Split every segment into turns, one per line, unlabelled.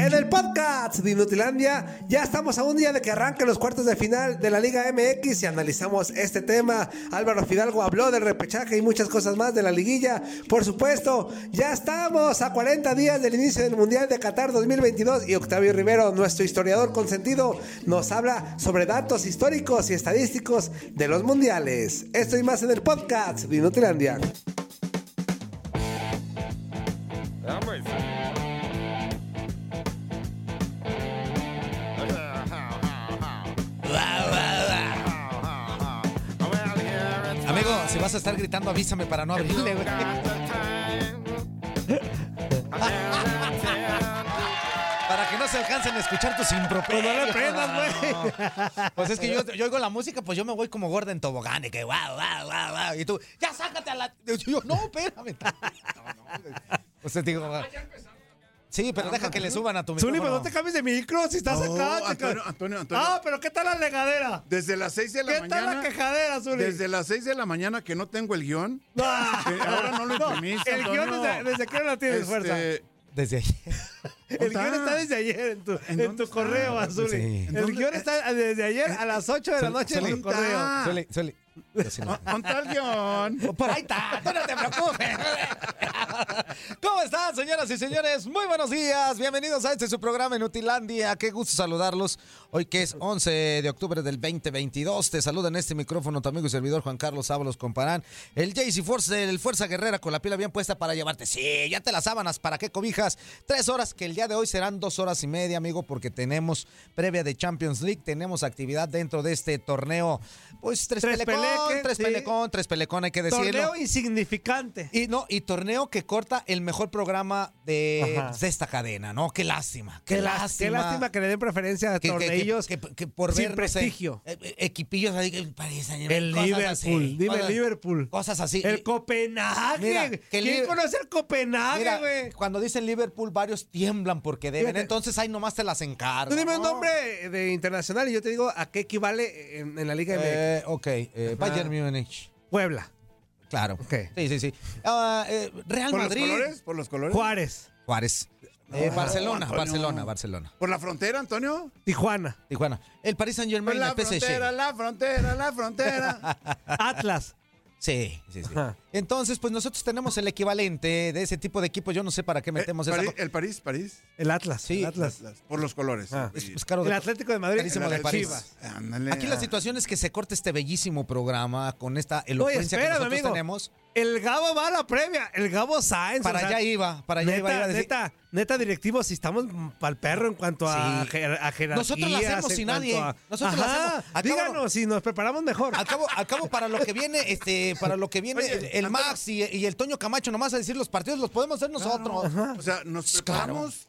En el podcast de Inutilandia ya estamos a un día de que arranquen los cuartos de final de la Liga MX y analizamos este tema. Álvaro Fidalgo habló del repechaje y muchas cosas más de la liguilla. Por supuesto, ya estamos a 40 días del inicio del Mundial de Qatar 2022 y Octavio Rivero, nuestro historiador consentido, nos habla sobre datos históricos y estadísticos de los mundiales. Esto y más en el podcast de Inutilandia.
Amigo, si vas a estar gritando, avísame para no abrirle, güey. Para que no se alcancen a escuchar tus
Pues
improperios.
no le prendas, güey.
No. Pues es que yo, yo oigo la música, pues yo me voy como gorda en tobogán y que guau, guau, guau, guau. Y tú, ya sácate a la... Yo, no, espérame. O sea, digo... Sí, pero deja que le suban a tu
Zuli, pues
micrófono.
Ah, no te cambies de micro si estás
No,
acá, chica.
Antonio, Antonio, Antonio.
Ah, pero ¿qué tal la legadera?
Desde las 6 de la
¿Qué
mañana.
tal la quejadera, Zuli?
Desde las 6 de la mañana que no tengo el guión.
Ah.
Eh, ahora no lo imprimiste,
El guión
Antonio.
desde, desde que no la tienes
Este,
fuerza.
Desde ayer.
El
está?
guión está desde ayer en tu, en
dónde
tu
está?
correo, Azuli.
Sí. ¿En
El
dónde?
guión está desde ayer a las 8 de la noche en
Zuli,
tu correo.
está.
Suele, Pues suele. Yo sí no.
¿dó- ¿Dónde está el guión?
Ahí está, tú no te preocupes. ¿Cómo están, señoras y señores? Muy buenos días. Bienvenidos a este su programa en Utilandia. Qué gusto saludarlos. Hoy que es 11 de octubre del 2022. Te saluda en este micrófono tu amigo y servidor Juan Carlos Ábalos Comparán. El JC Force, el Fuerza Guerrera con la pila bien puesta para llevarte. Sí, ya te las sábanas. ¿Para qué cobijas? Tres horas que el día de hoy serán dos horas y media, amigo, porque tenemos previa de Champions League. Tenemos actividad dentro de este torneo. Pues tres,
Tres
pelecón,
peleque,
tres
sí.
pelecón, tres pelecón, hay que decirlo.
Torneo insignificante.
Y no, y torneo que corta el mejor programa de,
Ajá.
de esta cadena, ¿no? Qué lástima, qué,
Qué lás-
lástima.
Qué lástima que le den preferencia a
que- que- que-
torneillos.
que, que por
sin
ver, no sé,
prestigio.
eh, eh, equipillos ahí que parecen
El
cosas
Liverpool,
así,
dime
cosas-
Liverpool.
Cosas así.
El
Y-
Copenhague.
Mira, que
¿Quién
Liber-
conoce el Copenhague,
mira,
güey?
cuando dicen Liverpool, varios tiemblan porque deben.
Fíjate.
Entonces ahí nomás te las encargo.
Tú dime un
¿no?
nombre de internacional y yo te digo a qué equivale en, en la Liga MX.
Eh, ok, eh, Bayern Múnich.
Puebla,
Claro.
Ok.
Sí, sí, sí. Ah, eh, Real
¿Por los
Madrid.
colores? ¿Por los colores?
Juárez,
Juárez. Eh,
Ah,
No,
Barcelona,
Antonio.
Barcelona, Barcelona.
¿Por la frontera, Antonio?
Tijuana,
Tijuana. El Paris Saint
Por
Germain,
la
el PSG.
frontera, la frontera, la frontera.
Atlas.
Sí, sí, sí.
Ajá.
Entonces, pues nosotros tenemos el equivalente de ese tipo de equipo. Yo no sé para qué metemos
Eh,
esa
París-
co-
el París, París.
El Atlas.
Sí.
el Atlas.
Las- Por los colores.
Ah.
Y-
Es, es caro de-
El Atlético de Madrid.
Carísimo
el
de París.
Chivas.
Ándale,
Aquí la
ah.
situación es que se corta este bellísimo programa con esta
Oye,
elocuencia que
espérame,
nosotros
amigo.
tenemos.
El Gabo va a la previa. El Gabo Sáenz.
Para
o sea,
allá iba, para allá
neta,
iba. iba a decir,
neta, neta, directivos, si estamos pa'l perro en cuanto a,
Sí.
jer- a jerarquías.
Nosotros la hacemos
en
sin
cuanto
nadie.
a-
Nosotros la
Ajá,
hacemos. Acá Ah, no-
Díganos si nos preparamos mejor.
Al cabo, al cabo, para lo que viene, este, para lo que viene el, el Max y, y el Toño Camacho nomás a decir los partidos, los podemos hacer nosotros.
O sea, nos
Pues, Claro.
preparamos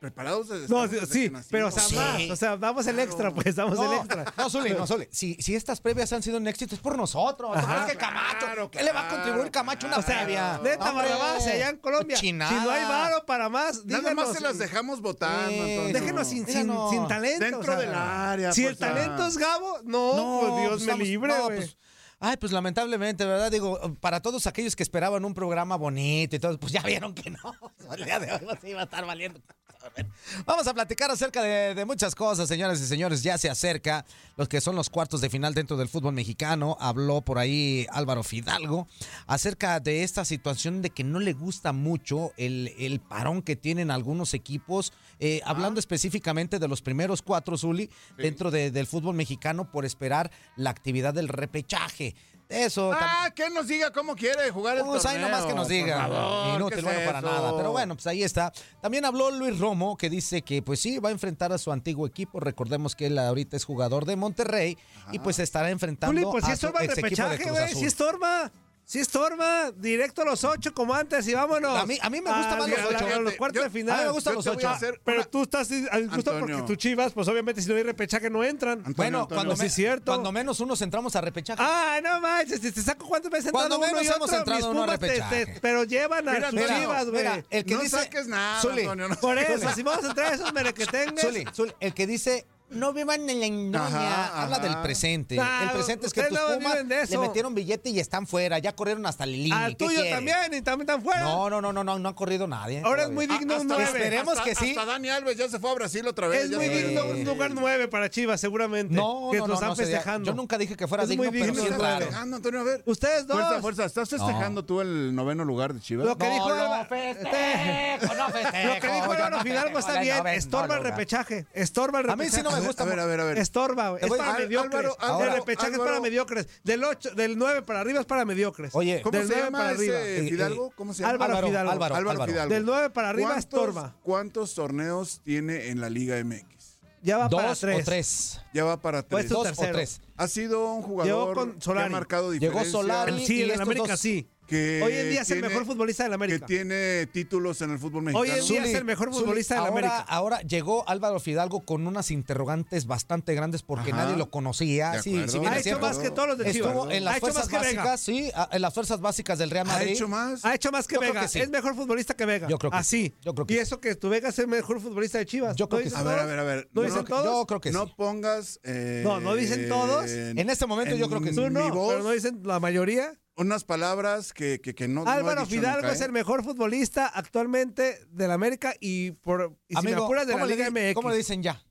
preparados desde
No,
estamos
sí,
desde
sí,
que nacimos.
pero o sea,
Sí.
más, o sea, damos el extra, pues, damos
No,
el extra.
no, Zuli, no, Zuli. Si, si estas previas han sido un éxito, es por nosotros. No
Ajá.
es que Camacho,
Claro,
¿qué le va a contribuir
claro,
Camacho una
claro. O sea,
previa?
Neta,
Hombre,
Barrabás, allá en Colombia.
cochinada.
Si no hay varo para más,
Nada más
díganos.
se las dejamos votando,
Eh,
Antonio.
Déjenos sin, sin,
Díganos.
sin talento.
Dentro del área,
Si
pues,
el talento
ah.
es Gabo, no, pues Dios
pues,
me
vamos-
libre,
no,
güey.
pues, Ay, pues lamentablemente, ¿verdad? Digo, para todos aquellos que esperaban un programa bonito y todo, pues ya vieron que no. El día de hoy sí pues, iba a estar valiendo. Vamos a platicar acerca de, de muchas cosas, señoras y señores. Ya se acerca los que son los cuartos de final dentro del fútbol mexicano. Habló por ahí Álvaro Fidalgo acerca de esta situación de que no le gusta mucho el, el parón que tienen algunos equipos. eh, Hablando específicamente de los primeros cuatro, Zuli, dentro de- del fútbol mexicano por esperar la actividad del repechaje. De Eso tam-
Ah, que nos diga cómo quiere jugar el
pues ahí nomás que nos
torneo,
diga.
por favor, ¿qué
Inútil,
es
bueno para
eso?
nada. Pero bueno, pues ahí está. También habló Luis Romo, que dice que pues sí, va a enfrentar a su antiguo equipo. Recordemos que él ahorita es jugador de Monterrey y pues estará enfrentando
Juli, pues si
a su
estorba el
ex equipo de
repechaje,
Cruz
güey.
Azul.
Si estorba. Si estorba. Directo a los ocho como antes y vámonos.
A mí- a mí me gusta más los
a-
ocho.
A los cuartos
Yo-
de
a mí me
final.
gustan
Yo
los
te voy
ocho.
a hacer
Pero
una-
tú estás a disgusto porque
Antonio.
tú chivas, pues obviamente si no hay repechaje no entran.
Antonio,
Bueno, cuando,
Sí,
me-
cierto.
cuando menos unos entramos a repechaje.
Ah, no manches, te, te saco cuántas veces
Cuando
entrado uno
menos
y
hemos
otro,
entrado
mis
uno a
Pumas te-
repechaje.
te- pero llevan a
Mira,
sus
mira,
chivas, güey.
mira, el que
no
dice,
saques nada,
Zuli,
Antonio. no
Por
saques
eso,
nada.
si vamos a entrar a esos merequetengues.
Zuli, Zuli, el que dice no vivan en la ignoria.
Ajá,
Habla
ajá.
del presente.
Nah,
el presente es que
ustedes
tus
no
Pumas
viven de
le
eso.
metieron billete y están fuera. Ya corrieron hasta Lili.
Al
¿qué
tuyo
quieres?
también y también están fuera.
No, no, no, no, no, no ha corrido nadie.
Ahora es
todavía.
muy digno
Ah,
un
hasta-
nueve.
Esperemos que
hasta-
sí.
Hasta Dani Alves ya se fue a Brasil otra vez.
Es
ya
muy
se-
digno un lugar nueve para Chivas, seguramente.
No,
que
no,
lo
no,
están
no sería-
festejando.
Yo nunca dije que fuera
Es
digno,
muy
pero
digno
sí
el
es
¿Estás
nueve.
raro.
festejando, Antonio? A ver.
Ustedes dos.
Fuerza, fuerza. ¿Estás festejando tú el noveno lugar de Chivas?
Lo que
No,
dijo
no
Alba- Este,
festejo, no festejo,
Lo que dijo
yo
Álvaro
no
Fidalgo
festejo,
está
no,
bien.
ven,
Estorba el
no, no.
repechaje. Estorba el
A mí
repechaje.
sí no me gusta.
A ver, a ver, a ver.
Estorba, güey.
Te
Es
voy-
para
Al-
mediocres.
Álvaro,
el
Álvaro,
repechaje es para
Álvaro.
mediocres. Del 8, del 9 para arriba es para mediocres.
Oye,
¿Cómo
del
se
nueve para
llama
arriba.
ese
Eh, eh,
Fidalgo? ¿Cómo se llama?
Álvaro Fidalgo.
Álvaro,
Álvaro
Álvaro.
Fidalgo.
Del nueve para arriba es
¿Cuántos-
Torba.
¿Cuántos torneos tiene en la Liga MX?
Ya va para
Dos
tres.
o tres.
Ya va para
Pues
tres.
tu
Dos
tercero.
o tres.
Ha sido un
Llegó
jugador
con
que ha
Solari.
marcado
Llegó
diferencia.
Solari.
El sí,
Y
el en
estos
América
dos-
sí.
que
Hoy en día es el
tiene-
mejor futbolista de la
Que
América.
tiene títulos en el fútbol mexicano.
en día- es el mejor futbolista de la
ahora,
América.
Ahora llegó Álvaro Fidalgo con unas interrogantes bastante grandes porque
Ajá.
nadie lo conocía.
De
Sí,
acuerdo.
si bien
ha
es
hecho
cierto,
más que todos los de Chivas.
Estuvo en
ha
las
hecho
fuerzas
más que Vega.
básicas, sí, a- en las fuerzas básicas del Real
¿Ha
Madrid.
hecho más?
Ha hecho más que
Yo creo
Vega.
que sí.
Es mejor futbolista que Vega.
Yo creo que
Así.
sí. Yo creo que
y
sí.
eso que tu Vega es el mejor futbolista de Chivas.
Yo creo
¿No
que sí.
dicen
A ver,
todos?
a ver, a ver.
¿No
No,
dicen
que-
todos?
Yo creo que
no
sí.
pongas. eh,
No, ¿no dicen todos?
En este momento yo creo que sí.
Tú no,
mi voz,
pero no dicen la mayoría.
unas palabras que, que, que no. no he
Álvaro
dicho
Fidalgo
nunca,
es
¿eh?
el mejor futbolista actualmente de la América y por y si me
Amigo,
apuras de la
¿cómo le
Liga
di-
MX.
¿Cómo le dicen ya?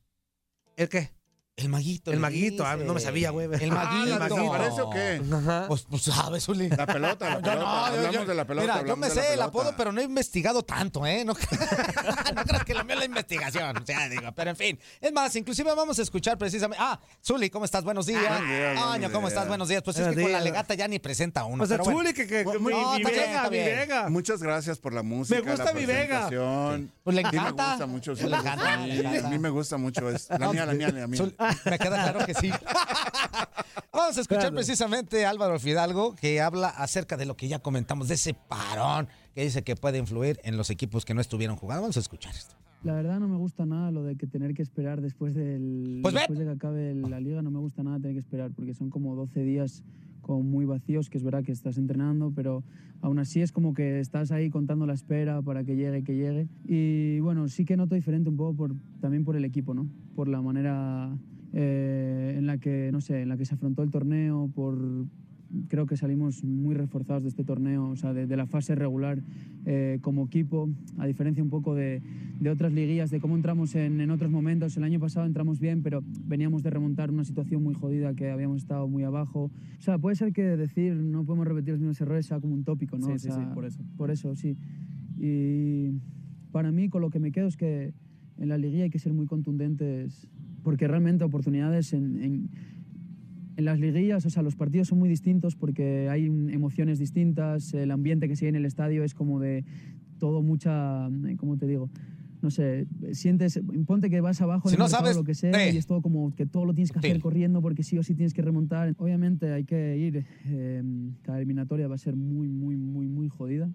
¿El qué?
El maguito.
El
le
maguito, ah, no me
dicen.
sabía, güey.
El
Ah,
maguito.
¿la desaparece o qué?
Ajá.
Pues, pues, sabes, Uli.
Ah. La pelota, la
Yo
pelota.
no, yo-
hablamos
yo-
de la pelota.
Mira, yo
hablamos
me
de la
sé el
pelota.
apodo, pero no he investigado tanto, ¿eh? No, no creas que lo mío es la investigación. O sea, digo, pero en fin. Es más, inclusive vamos a escuchar precisamente. Ah, Zuli, ¿cómo estás? Buenos días.
Buenos días,
Año,
buenos
¿cómo estás?
días.
Buenos días. Pues es
Buenos
que con la
días.
legata ya ni presenta uno.
O sea,
pero bueno.
Zuli, que, que, que-
No,
mi,
está
mi
bien,
Vega,
está
mi
bien.
Vega.
Muchas gracias por la música.
gusta
la
mi Vega.
presentación.
Pues le
A mí me
encanta.
gusta mucho. sí
Le
me gusta.
encanta, le
Sí,
encanta.
A mí me gusta mucho. Es la mía, la mía, la mía.
Zuli, me queda claro que sí. Vamos a escuchar
Claro.
precisamente a Álvaro Fidalgo que habla acerca de lo que ya comentamos, de ese parón que dice que puede influir en los equipos que no estuvieron jugando. Vamos a escuchar esto.
La verdad no me gusta nada lo de que tener que esperar después del
Pues ve.
después de que acabe la liga no me gusta nada tener que esperar porque son como 12 días como muy vacíos que es verdad que estás entrenando pero aún así es como que estás ahí contando la espera para que llegue que llegue y bueno sí que noto diferente un poco por también por el equipo no por la manera eh, en la que no sé en la que se afrontó el torneo por creo que salimos muy reforzados de este torneo, o sea, de, de la fase regular eh, como equipo, a diferencia un poco de, de otras liguillas, de cómo entramos en, en otros momentos. El año pasado entramos bien, pero veníamos de remontar una situación muy jodida que habíamos estado muy abajo. O sea, puede ser que decir no podemos repetir los mismos errores sea como un tópico, ¿no?
Sí,
O
sí, sí,
sea,
por eso.
Por eso, sí. Y para mí, con lo que me quedo es que en la liguilla hay que ser muy contundentes, porque realmente oportunidades en- en, en las liguillas, o sea, los partidos son muy distintos porque hay mm, emociones distintas, el ambiente que se hay en el estadio es como de todo mucha, mm, ¿cómo te digo? No sé, sientes, ponte que vas abajo en
Si
el
no
marcador,
sabes,
lo que sea
ve.
y es todo como que todo lo tienes que hacer
Útil.
corriendo porque sí o sí tienes que remontar. Obviamente hay que ir, eh, cada eliminatoria va a ser muy, muy, muy, muy jodida,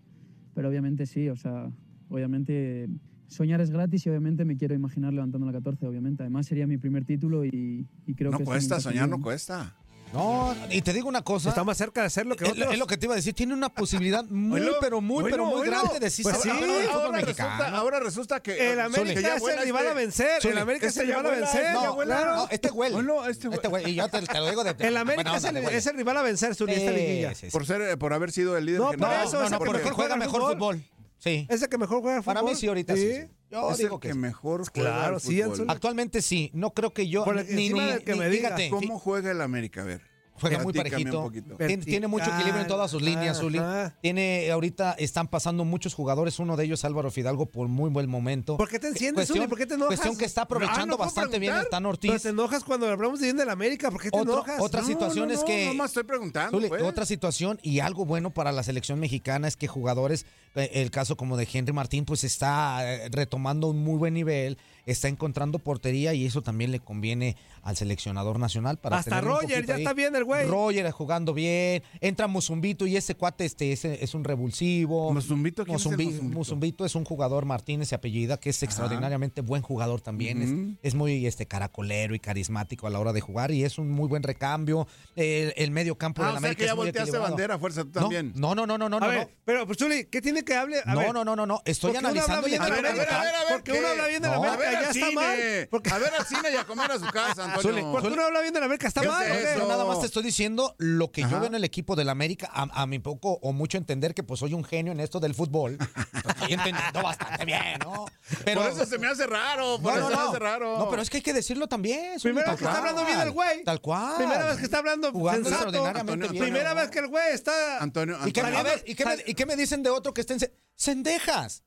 pero obviamente sí, o sea, obviamente soñar es gratis y obviamente me quiero imaginar levantando la 14, obviamente. Además sería mi primer título y, y creo
No
que... eso
cuesta,
nunca se
soñar
olvida,
no cuesta.
No, y te digo una cosa.
Pues Está más cerca de hacerlo que
Es,
otros.
es lo que te iba a decir, tiene una posibilidad muy,
Oílo,
pero muy,
oílo,
pero muy
oílo.
grande de sí
Pues
ser
sí,
campeón del fútbol
Ahora resulta,
mexicano.
ahora resulta que.
El América
que ya
es
vuela
el
este-
rival a vencer.
Zuli,
El América es
este
el
ya
rival a
vuela,
vencer.
este
no,
ya vuela.
claro.
no, este huele.
Oílo, este güey.
Este güey, y yo te, te lo digo de
El América
buena
es el,
onda, güey.
es el rival a vencer, Zuli, esta
Sí,
liguilla.
sí, sí.
Por, ser, eh, por haber sido el líder
No,
general.
por eso, es
no,
el
no,
que
porque
mejor
juega
juega
mejor
fútbol.
fútbol. Sí.
Es el que mejor juega al fútbol.
Para mí sí, ahorita sí. sí. Yo
es
digo
el
que
que,
sí.
mejor juega
Claro,
al
sí,
fútbol.
Anzuli.
Actualmente sí, no creo que yo.
Por el- encima del que me digas,
fíjate,
¿Cómo juega el América? A ver.
Juega muy
platícame
parejito.
un poquito.
Tien- tiene mucho equilibrio en todas sus líneas,
Ajá.
Zuli. Tiene, ahorita están pasando muchos jugadores. Uno de ellos, Álvaro Fidalgo, por muy buen momento.
¿Por qué te enciendes,
Cuestión-
Zuli? ¿Por qué te enojas?
Cuestión que está aprovechando
Ah, ¿no puedo
bastante bien el
preguntar?
Tan
Pero
Ortiz.
te enojas cuando hablamos de bien del América. ¿Por qué te
Otro-
enojas?
otra
No,
situación
no,
es
no.
que-
No, más estoy preguntando.
Zuli,
pues.
Otra situación y algo bueno para la selección mexicana es que jugadores, eh, el caso como de Henry Martín, pues está eh, retomando un muy buen nivel, está encontrando portería y eso también le conviene al seleccionador nacional para
Hasta
tener un
Roger,
poquito
ya está bien el güey.
Roger jugando bien, entra Musumbito y ese cuate este ese es un revulsivo.
¿Musumbito? ¿Quién es el
Musumbi-
Musumbito?
Musumbito es un jugador Martínez y apellida que es extraordinariamente buen jugador también, es-
Ujú.
es muy este caracolero y carismático a la hora de jugar y es un muy buen recambio. El, el medio campo
Ah,
de
o sea
América
que ya
es muy
volteaste
equilibrado.
bandera, fuerza, tú
No,
también.
No, no, no, no, no,
A
no.
ver, pero pues, Zuli, ¿qué tiene que hable? A
No,
ver,
no, no, no, no. Estoy
porque uno habla
analizando
bien
el
de la
equipo
América.
total.
Porque uno habla bien de la
No,
América,
a ver
ya
al
está mal.
cine.
Porque-
A ver al cine y a comer a su casa, Antonio.
Zuli,
¿Por qué uno habla bien de la América? ¿Está
¿Qué
mal?
es
o qué?
eso?
Yo nada más te estoy diciendo lo que yo
Ajá.
veo en el equipo del América, a, a mi poco o mucho entender que pues soy un genio en esto del fútbol. Lo Estoy entendiendo bastante bien, ¿no? Pero
Por eso se me hace raro, por eso se me hace raro.
No, pero es que hay que decirlo también. es un
Primera
tal
vez que está
cual.
hablando bien el güey.
Tal cual.
Primera vez que está hablando
Jugando
sensato.
extraordinariamente
Antonio,
bien.
Primera
Antonio.
vez que el güey está...
Antonio,
¿Y qué,
Antonio.
a ver, ¿y qué, me, y qué me dicen de otro que estén cendejas?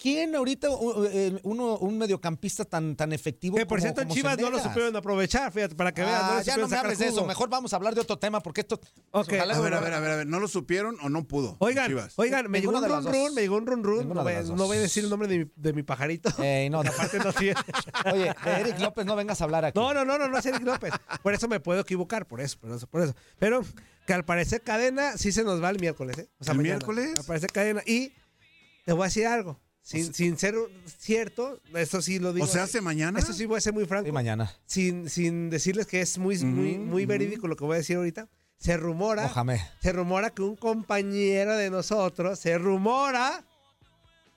¿Quién ahorita u- eh, uno, un mediocampista tan, tan efectivo
Que por
como-
cierto en
como
Chivas no lo
Cendejas?
supieron aprovechar, fíjate, para que veas.
Ah,
no lo
ya
supieron
no me
sacar
hables de
jugo.
eso. Mejor vamos a hablar de otro tema porque esto.
Ok.
ojalá-
A ver, a ver, a ver, a ver, ¿no lo supieron o no pudo?
Oigan,
Chivas?
oigan, me llegó
Ninguna
un
de las
run
dos.
run, me llegó un run run.
Ninguna
No
de
voy,
las dos.
no voy a decir el nombre de mi, de mi pajarito.
Ey, no, no.
Aparte no tiene.
Oye, de Eric López, no vengas a hablar aquí.
No, no, no, no, no es Eric López. Por eso me puedo equivocar, por eso, por eso, por eso. Pero que al parecer cadena sí se nos va el miércoles, ¿eh? O
¿El
mañana.
miércoles?
Al parecer cadena. Y te voy a decir algo. Sin, sin ser cierto, esto sí lo digo.
O sea, hace mañana.
Esto sí voy a ser muy franco.
Sí, mañana.
sin, sin decirles que es muy, muy,
Ujú,
muy verídico lo que voy a decir ahorita. Se rumora.
Ojalá.
Se rumora que un compañero de nosotros, se rumora,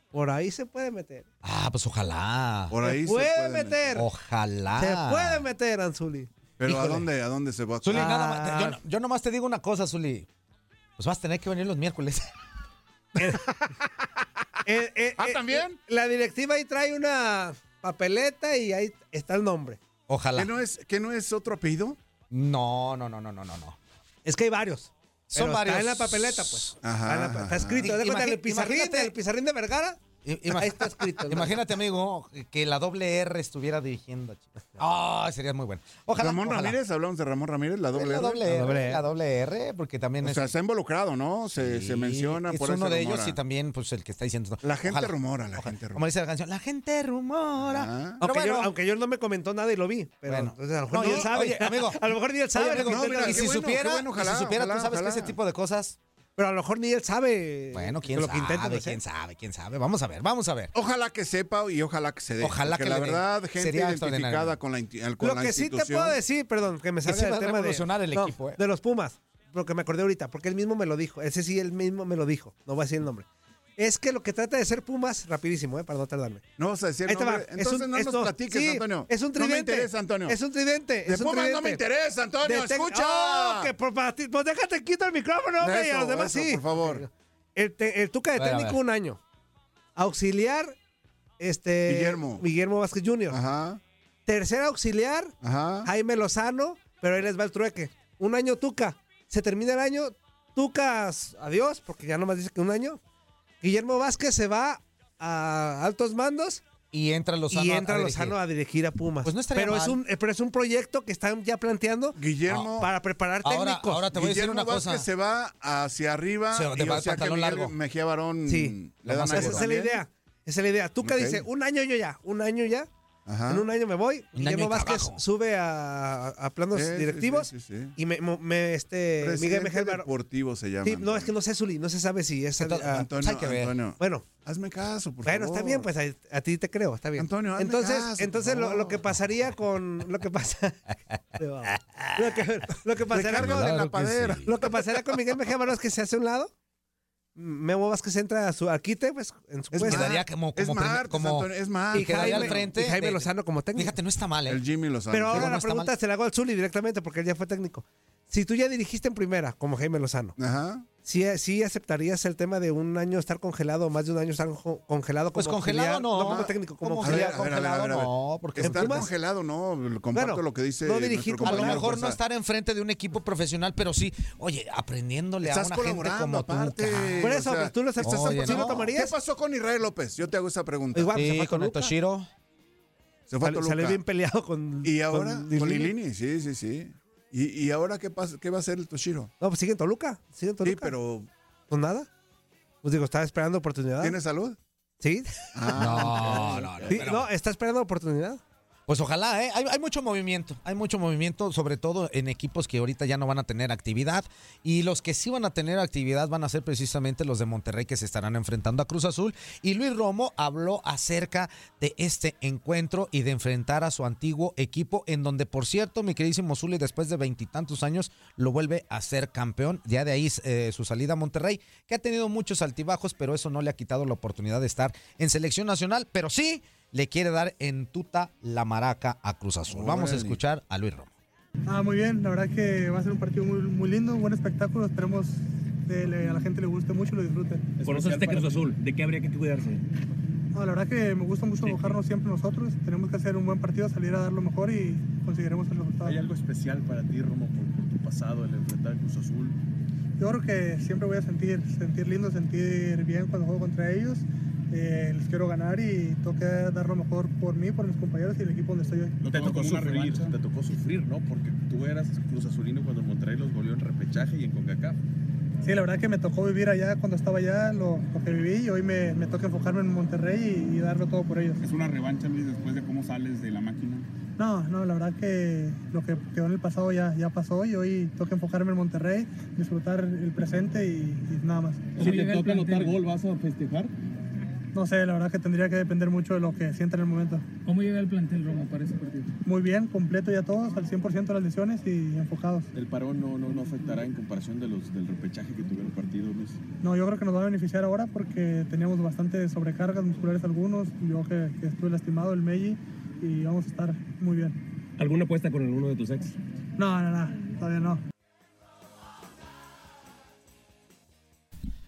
por ahí se puede meter.
Ah, pues ojalá.
Por ahí
se puede,
meter.
meter.
Ojalá.
Se puede meter, Anzuli.
Pero
Híjole.
¿a dónde a dónde se va?
Zuli,
Ah.
nada más- Yo, no- yo nomás te digo una cosa, Zuli. Pues vas a tener que venir los miércoles.
Eh, eh,
Ah,
eh,
¿también?
eh, La directiva ahí trae una papeleta y ahí está el nombre.
Ojalá.
¿Qué no es qué no es otro apellido?
No, no, no, no, no, no, no.
Es que hay varios.
Son
Pero
varios.
Está en la papeleta, pues.
Ajá,
Está, en la pa- está
ajá.
escrito. Haz de cuenta, en el
Ah. Imagi-
pizarrín,
imagínate-
del pizarrín de Vergara.
I- ima-
Ahí está escrito.
Imagínate, amigo, que la doble R estuviera dirigiendo. a Chivas. Ah, sería muy bueno. Ojalá.
Ramón
ojalá.
Ramírez, hablamos de Ramón Ramírez, la doble
La
R.
doble
La doble
R.
R.
La doble R, porque también
O
es.
sea, está involucrado, ¿no? Se, se
Sí,
menciona
es
por ahí
uno
se
de ellos
rumora.
y también pues el que está diciendo
La gente
Ojalá.
rumora, la
Ojalá.
gente
como
rumora.
dice la canción la gente rumora
Ah.
pero
Aunque,
bueno,
yo, aunque yo no me comentó nada y lo vi. Pero
Bueno.
entonces, a lo mejor
No,
ni
yo-
él sabe.
oye, amigo.
a lo mejor ni él sabe. lo
Oye,
que
amigo,
intenta
mira,
y
decir.
si
bueno, qué
supiera
bueno,
y
ojalá,
si supiera tú
ojalá,
sabes que
ojalá.
ese tipo de cosas
Pero a lo mejor ni él sabe.
bueno quién
lo
sabe
que intenta hacer.
quién sabe quién sabe vamos a ver vamos a ver
Ojalá que sepa y ojalá que se dé.
Ojalá
porque
que
la
le dé.
verdad, gente
Sería extraordinario.
identificada con la, inti- al- con
Lo
la
que sí te
institución.
puedo decir, perdón, que me
Que sí
salga del
va a
tema de,
revolucionar el
no,
equipo, eh.
de los Pumas, lo que me acordé ahorita, porque él mismo me lo dijo. Ese sí, él mismo me lo dijo. No voy a decir el nombre. Es que lo que trata de ser Pumas, rapidísimo, eh, para no tardarme.
No vas a decir
Ahí te va.
nombre.
Es
Entonces
un-
no
es
nos
dos.
platiques,
Sí,
Antonio.
Es un tridente.
No me interesa, Antonio.
Es un tridente.
De
es un
Pumas no me
tridente.
interesa, Antonio.
De tec-
Escucha.
Oh, que por, para ti- pues déjate quito el micrófono, hombre, y a los
Eso,
demás
eso,
sí.
Por favor.
El, te- el Tuca de
A ver, a
técnico
ver.
un año. Auxiliar, este.
Guillermo.
Guillermo Vázquez Jr.
Ajá.
Tercer auxiliar,
Ajá.
Jaime Lozano, pero ahí les va el trueque. Un año Tuca. Se termina el año, Tucas, adiós, porque ya nomás dice que un año. Guillermo Vázquez se va a altos mandos
y entra Lozano
y
a- a
entra
dirigir.
Lozano a dirigir a Pumas.
Pues no estaría
pero, es
mal.
un, eh, pero es un proyecto que están ya planteando
Guillermo.
para preparar
ahora
técnicos.
ahora te voy a decir
Guillermo
una
Vázquez
cosa
se va hacia arriba
Se- te
y
va
o
el
sea que
pantalón
Miguel
largo.
Mejía Barón
Sí,
le
lo
dan
más
algo
Esa es la
también.
idea. Esa es la idea. Tuca
Ok. Ah.
dice, un año yo ya, un año ya.
Ajá.
En un año me voy.
Un año de
Guillermo Vázquez
trabajo.
sube a, a planos
Sí, sí, sí,
directivos.
sí, sí.
Y me, me- este, Miguel
Presidente
Mejía Barón-
deportivo se llama.
Sí, no, es que no sé, Zuli, no se sabe si es.
Entonces,
ah,
Antonio,
Hay que ver.
Antonio.
bueno,
Hazme caso, por
bueno,
favor.
está bien, pues a, a ti te creo, está bien.
Antonio, hazme
entonces,
caso, por
entonces lo,
favor.
lo que pasaría con. Lo que pasa. lo, que, lo que pasaría
Recárgalo
con.
en la padera.
Lo que pasaría con Miguel Mejía Barón es que se hace a un lado. Memo Vázquez entra a su arquite, pues, en su
Es
puesto.
quedaría como
Es
como prim-
martes,
como-
Antonio, es martes.
y quedaría al frente
y Jaime
de-
Lozano como técnico.
fíjate no está mal ¿eh?
El Jimmy Lozano.
Pero
Digo,
ahora
no
la
está mal.
pregunta se la hago al Zuli directamente porque él ya fue técnico. si tú ya dirigiste en primera, como Jaime Lozano,
Ajá.
¿sí, eh, sí aceptarías el tema de un año estar congelado, más de un año estar co- congelado?
Pues
como
congelado
auxiliar?
no.
como técnico, como
A ver,
auxiliar.
a ver, a ver, a ver, a ver.
no, porque
Estar
Pumas-
congelado, no. Comparto
Bueno,
lo que dice.
no
nuestro
dirigir como
a lo
compañero
mejor no
Fuerza.
estar enfrente de un equipo profesional, pero sí, oye, aprendiéndole a
Estás
una gente
colaborando,
como
aparte.
tú. cara.
Por eso, pues, tú lo aceptas,
Oye,
¿sí lo
no.
tomarías?
¿Qué pasó con Israel López? Yo te hago esa pregunta.
Igual, se fue
Sí,
a
con el
Toluca.
Toshiro.
Se fue a
Sale,
Toluca.
sale bien peleado con.
Y ahora,
con
con,
Lilini.
Lilini, sí, sí, sí. ¿Y, y ahora qué, pasa, qué va a hacer el Toshiro?
No, pues sigue en Toluca. Sigue en
Sí,
Toluca.
pero
Pues nada. Pues digo, estaba esperando oportunidad.
¿tiene salud?
Sí.
Ah,
No, no, no.
Sí,
pero-
no, está esperando oportunidad.
Pues ojalá, ¿eh? Hay, hay mucho movimiento, hay mucho movimiento, sobre todo en equipos que ahorita ya no van a tener actividad. Y los que sí van a tener actividad van a ser precisamente los de Monterrey que se estarán enfrentando a Cruz Azul. Y Luis Romo habló acerca de este encuentro y de enfrentar a su antiguo equipo, en donde, por cierto, mi queridísimo Zuli, después de veintitantos años, lo vuelve a ser campeón. Ya de ahí eh, su salida a Monterrey, que ha tenido muchos altibajos, pero eso no le ha quitado la oportunidad de estar en selección nacional. Pero sí le quiere dar en tuta la maraca a Cruz Azul. Vamos a
Órale.
escuchar a Luis Romo.
Ah, muy bien, la verdad que va a ser un partido muy, muy lindo, buen espectáculo, esperemos que le- a la gente le guste mucho y lo disfrute.
Conoces este Cruz Azul, ¿de qué habría que cuidarse?
No, la verdad que me gusta mucho mojarnos siempre nosotros, tenemos que hacer un buen partido, salir a dar lo mejor y conseguiremos el resultado.
algo especial para ti, Romo, por, por tu pasado, el enfrentar a Cruz Azul?
Yo creo que siempre voy a sentir, sentir lindo, sentir bien cuando juego contra ellos, Eh, les quiero ganar y tengo que dar lo mejor por mí, por mis compañeros y el equipo donde estoy hoy.
te tocó sufrir, te tocó sufrir, ¿no? Porque tú eras Cruz Azulino cuando Monterrey los volvió en repechaje y en CONCACAF.
Sí, la verdad que me tocó vivir allá cuando estaba allá, lo, lo que viví y hoy me, me toca enfocarme en Monterrey y, y darlo todo por ellos.
¿Es una revancha, Luis, después de cómo sales de la máquina?
No, no, la verdad que lo que quedó en el pasado ya, ya pasó y hoy toca enfocarme en Monterrey, disfrutar el presente y, y nada más.
Si te toca anotar gol, ¿vas a festejar?
No sé, la verdad que tendría que depender mucho de lo que sienta en el momento.
¿Cómo llega el plantel, Romo, para ese partido?
Muy bien, completo ya todos, al 100% de las lesiones y enfocados.
El parón no, no, no afectará en comparación de los, del repechaje que tuvieron partido, Luis.
No, yo creo que nos va a beneficiar ahora porque teníamos bastante sobrecargas musculares algunos, yo que, que estuve lastimado, el Meji, y vamos a estar muy bien.
¿Alguna apuesta con alguno de tus ex?
No, no, no, todavía no.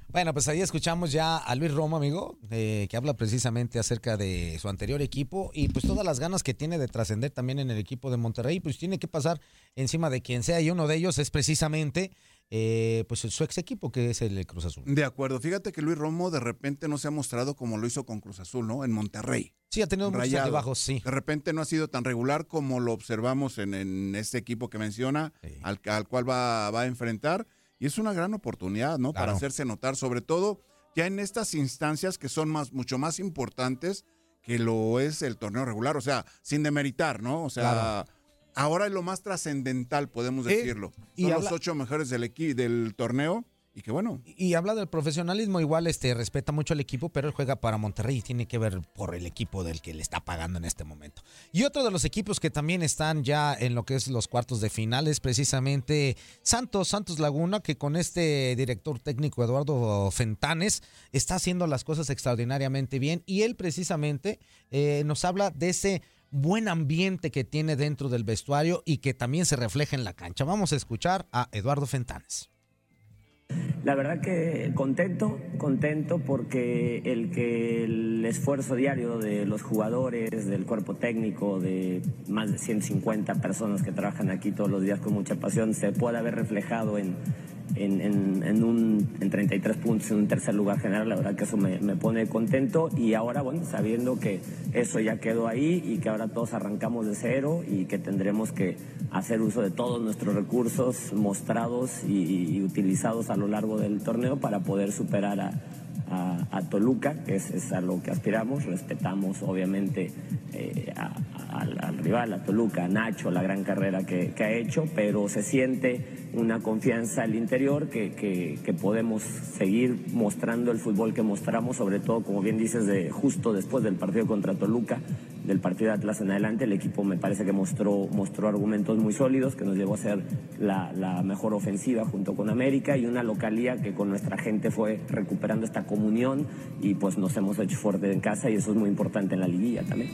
Bueno, pues ahí escuchamos ya a Luis Romo, amigo, eh, que habla precisamente acerca de su anterior equipo y pues todas las ganas que tiene de trascender también en el equipo de Monterrey, pues tiene que pasar encima de quien sea y uno de ellos es precisamente eh, pues su ex equipo que es el Cruz Azul.
De acuerdo. Fíjate que Luis Romo de repente no se ha mostrado como lo hizo con Cruz Azul, ¿no? En Monterrey.
Sí, ha tenido muchos
Rayado.
altibajos, sí.
De repente no ha sido tan regular como lo observamos en, en este equipo que menciona,
Sí.
al, al cual va, va a enfrentar. Y es una gran oportunidad, ¿no? Para
Claro.
hacerse notar, sobre todo ya en estas instancias que son más, mucho más importantes que lo es el torneo regular. O sea, sin demeritar, ¿no? O sea,
Claro.
ahora es lo más trascendental, podemos
Sí.
decirlo. Son
Y habla-
los ocho mejores del, equi- del torneo. Y que bueno,
Y habla del profesionalismo, igual este respeta mucho al equipo, pero él juega para Monterrey y tiene que ver por el equipo del que le está pagando en este momento. Y otro de los equipos que también están ya en lo que es los cuartos de final es precisamente Santos, Santos Laguna, que con este director técnico Eduardo Fentanes está haciendo las cosas extraordinariamente bien. Y él precisamente eh, nos habla de ese buen ambiente que tiene dentro del vestuario y que también se refleja en la cancha. Vamos a escuchar a Eduardo Fentanes.
La verdad que Eh, contento, contento porque el que el esfuerzo diario de los jugadores, del cuerpo técnico, de más de 150 personas que trabajan aquí todos los días con mucha pasión, se pueda haber reflejado en, en, en- en un, en 33 puntos, en un tercer lugar general, la verdad que eso me, me pone contento y ahora, bueno, sabiendo que eso ya quedó ahí y que ahora todos arrancamos de cero y que tendremos que hacer uso de todos nuestros recursos mostrados y, y- y utilizados a lo largo del torneo para poder superar a, a- a Toluca, que es, es a lo que aspiramos. Respetamos obviamente eh, a- a- al, al rival, a Toluca, a Nacho, la gran carrera que, que ha hecho, pero se siente una confianza al interior que, que- que podemos seguir mostrando el fútbol que mostramos, sobre todo, como bien dices, de, justo después del partido contra Toluca, del partido de Atlas en adelante, el equipo me parece que mostró, mostró argumentos muy sólidos que nos llevó a ser la, la mejor ofensiva junto con América y una localía que con nuestra gente fue recuperando esta comunión y pues nos hemos hecho fuerte en casa y eso es muy importante en la liguilla también.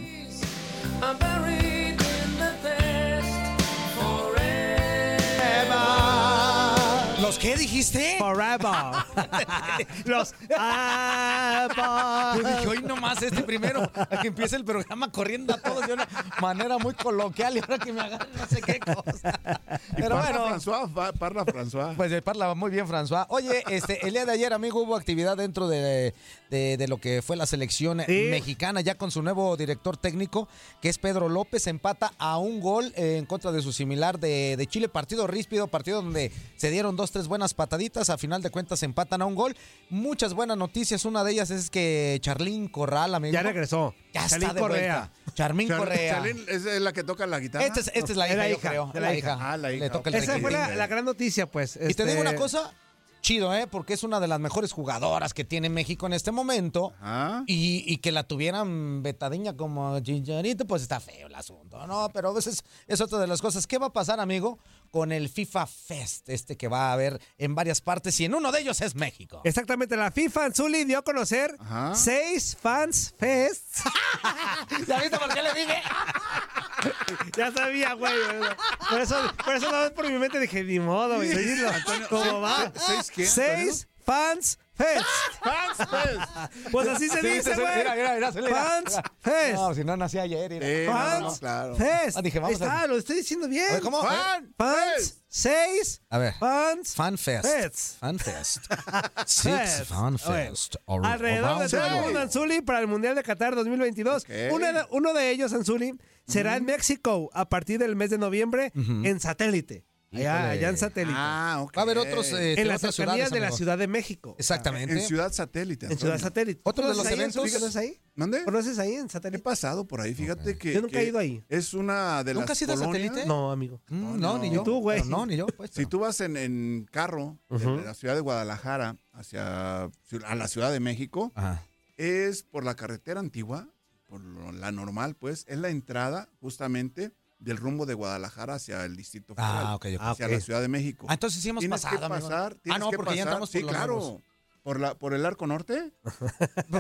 Eva.
¿Los qué dijiste?
Forever.
Los
Yo dije, hoy nomás este primero, a que empiece el programa corriendo a todos de una manera muy coloquial y ahora que me agarran no sé qué cosa. Pero
parla
bueno.
François, fa- parla François.
Pues eh, parla muy bien, François. Oye, este, el día de ayer, amigo, hubo actividad dentro de, de- de lo que fue la selección
Sí.
mexicana, ya con su nuevo director técnico, que es Pedro López, empata a un gol eh, en contra de su similar de, de Chile. Partido ríspido, partido donde se dieron dos, tres buenas pataditas. A final de cuentas, empatan a un gol. Muchas buenas noticias. Una de ellas es que Charlín Corral, amigo.
Ya regresó.
Ya
Charlín
está de
Correa.
vuelta. Charmín
Char- ¿ah?
Correa.
Charlene es la que toca la guitarra.
Esta es, esta es la hija, yo creo.
de
la hija.
Ah, la hija.
Le toca el
Esa fue la,
requintín.
la gran noticia, pues.
Y te digo una
Este,
cosa, chido, ¿eh? Porque es una de las mejores jugadoras que tiene México en este momento.
Ah,
Y, y que la tuvieran betadiña como Chicharito, pues está feo el asunto, ¿no? Pero a veces es otra de las cosas. ¿Qué va a pasar, amigo, con el FIFA Fest este que va a haber en varias partes y en uno de ellos es México?
Exactamente, la FIFA Anzuli dio a conocer seis fans fest.
¿Ya viste por qué le dije?
ya sabía, güey. Por eso, por eso una vez por mi mente dije, ni modo, güey. dilo. ¿Cómo va?
¿Seis qué,
Seis fans fest.
Fans fest.
Pues así se
Sí,
dice,
sí, sí,
güey.
Mira, mira, mira. sí, mira.
Fans fest.
No, si no nací ayer. mira.
Sí, no, no, no, Fans
claro.
Fest.
Ah, dije, vamos a-
Está, lo estoy diciendo bien.
A ver, ¿cómo?
Fan, fans, seis.
A ver.
Fans.
Fan Fest.
Fest.
Fan Fest. Six Fan
Oye,
Fest. Or-
Alrededor de
around
todo
the
el
world.
mundo, Anzuli, para el Mundial de Qatar 2022. Uno, de, uno de ellos, Anzuli, será en México a partir del mes de noviembre
Ujú.
en satélite. Allá,
Híjole.
allá en satélite.
Ah, ok.
Va a haber otros, eh,
en las
otras
cercanías
ciudades,
de la
amigo.
Ciudad de México.
Exactamente.
En Ciudad Satélite.
En Ciudad Satélite.
Otro de los
¿Conoces ahí,
eventos.
Anzuli? ¿Conoces ahí?
¿Dónde?
¿Conoces ahí en satélite?
He pasado por ahí, fíjate que.
Yo nunca he
que
ido ahí.
Es una de las.
¿Nunca has ido a
colonias-
satélite? No, amigo.
Mm, no, ni yo.
¿Y tú, güey?
Pero No, ni yo. Pues,
Si tú vas en, en carro de la ciudad de Guadalajara hacia ciu- a la Ciudad de México, es por la carretera antigua, por lo- la normal, pues, es la entrada justamente del rumbo de Guadalajara hacia el Distrito Federal,
Ah, ok, ok.
hacia
Ah, ok.
la Ciudad de México.
Ah, entonces sí hemos
tienes
pasado,
Que
amigo.
pasar,
Ah,
tienes
no,
que
porque ya
pasar-
entramos
sí,
por los
claro.
nuevos.
Por, la, por el Arco Norte.
Pues,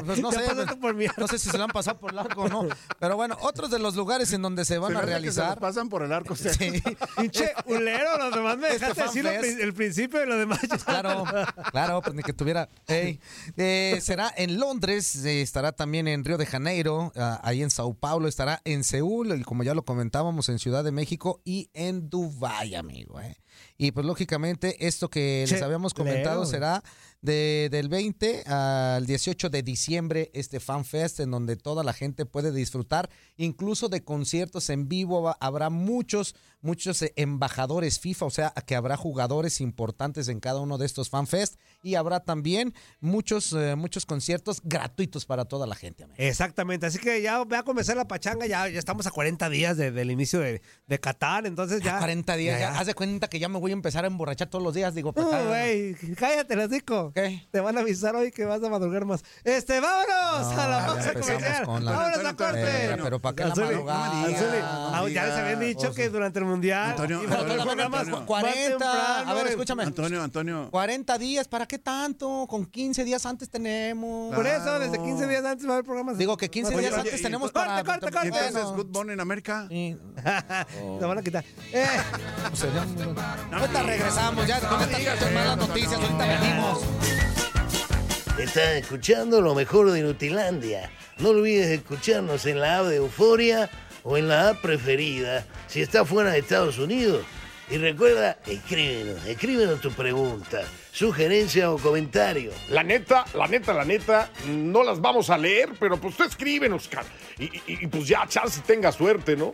pues, no
Ya
sé,
pasaste
pues, no sé si se lo han pasado por largo o no. Pero bueno, otros de los lugares en donde se van
Se me
a
hace que se
realizar.
los pasan por el arco.
Sí.
Pinche ulero, los demás me
Este
dejaste
fan
decir lo
fest.
pri- el principio y lo demás. ya.
Claro, claro, pues ni que tuviera. Ey. Eh, será en Londres, eh, estará también en Río de Janeiro, ah, ahí en Sao Paulo, estará en Seúl, y como ya lo comentábamos, en Ciudad de México y en Dubái, amigo. eh. Y pues lógicamente esto que les
Che,
habíamos comentado
leo.
será de- del 20 al 18 de diciembre, este Fan Fest, en donde toda la gente puede disfrutar, incluso de conciertos en vivo. Va- Habrá muchos, muchos eh, embajadores FIFA, o sea, que habrá jugadores importantes en cada uno de estos Fan Fest y habrá también muchos, eh, muchos conciertos gratuitos para toda la gente.
Eh,
amigo.
Exactamente, así que ya va a comenzar la pachanga, ya, ya estamos a 40 días de- del inicio de, de Qatar, entonces ya...
40 días, ya, haz de cuenta que ya me voy a empezar a emborrachar todos los días, digo,
No,
pues, ah,
güey, cállate, los dico. Te van a avisar hoy que vas a madrugar más. Este, vámonos
No,
a la
ya
pausa
empezamos
comercial.
con la-
Vámonos a
Antonio, Antonio,
corte.
Antonio, pero ¿para qué la
Anzuli,
madrugada?
Anzuli,
No digas,
ah, ya les habían dicho que durante el mundial.
Antonio,
iba a haber programas
Antonio.
más 40.
a ver, escúchame.
Antonio, Antonio.
40 días, ¿para qué tanto? Con 15 días antes tenemos.
Por eso, desde
Ah.
15 días antes va a haber programas.
Digo que 15 días antes tenemos
corte,
para-
Corte, corte,
Bueno.
corte.
Entonces, Good Morning America.
Lo van a quitar. Eh.
Ahorita regresamos, ya con estas pinches malas noticias, ahorita venimos.
Estás escuchando lo mejor de Nutilandia. No olvides escucharnos en la app de Euforia o en la app preferida si estás fuera de Estados Unidos. Y recuerda, escríbenos, escríbenos tu pregunta, sugerencia o comentario.
La neta, la neta, la neta, no las vamos a leer, pero pues tú escríbenos, Oscar. Y, y- y pues ya, chance tenga suerte, ¿no?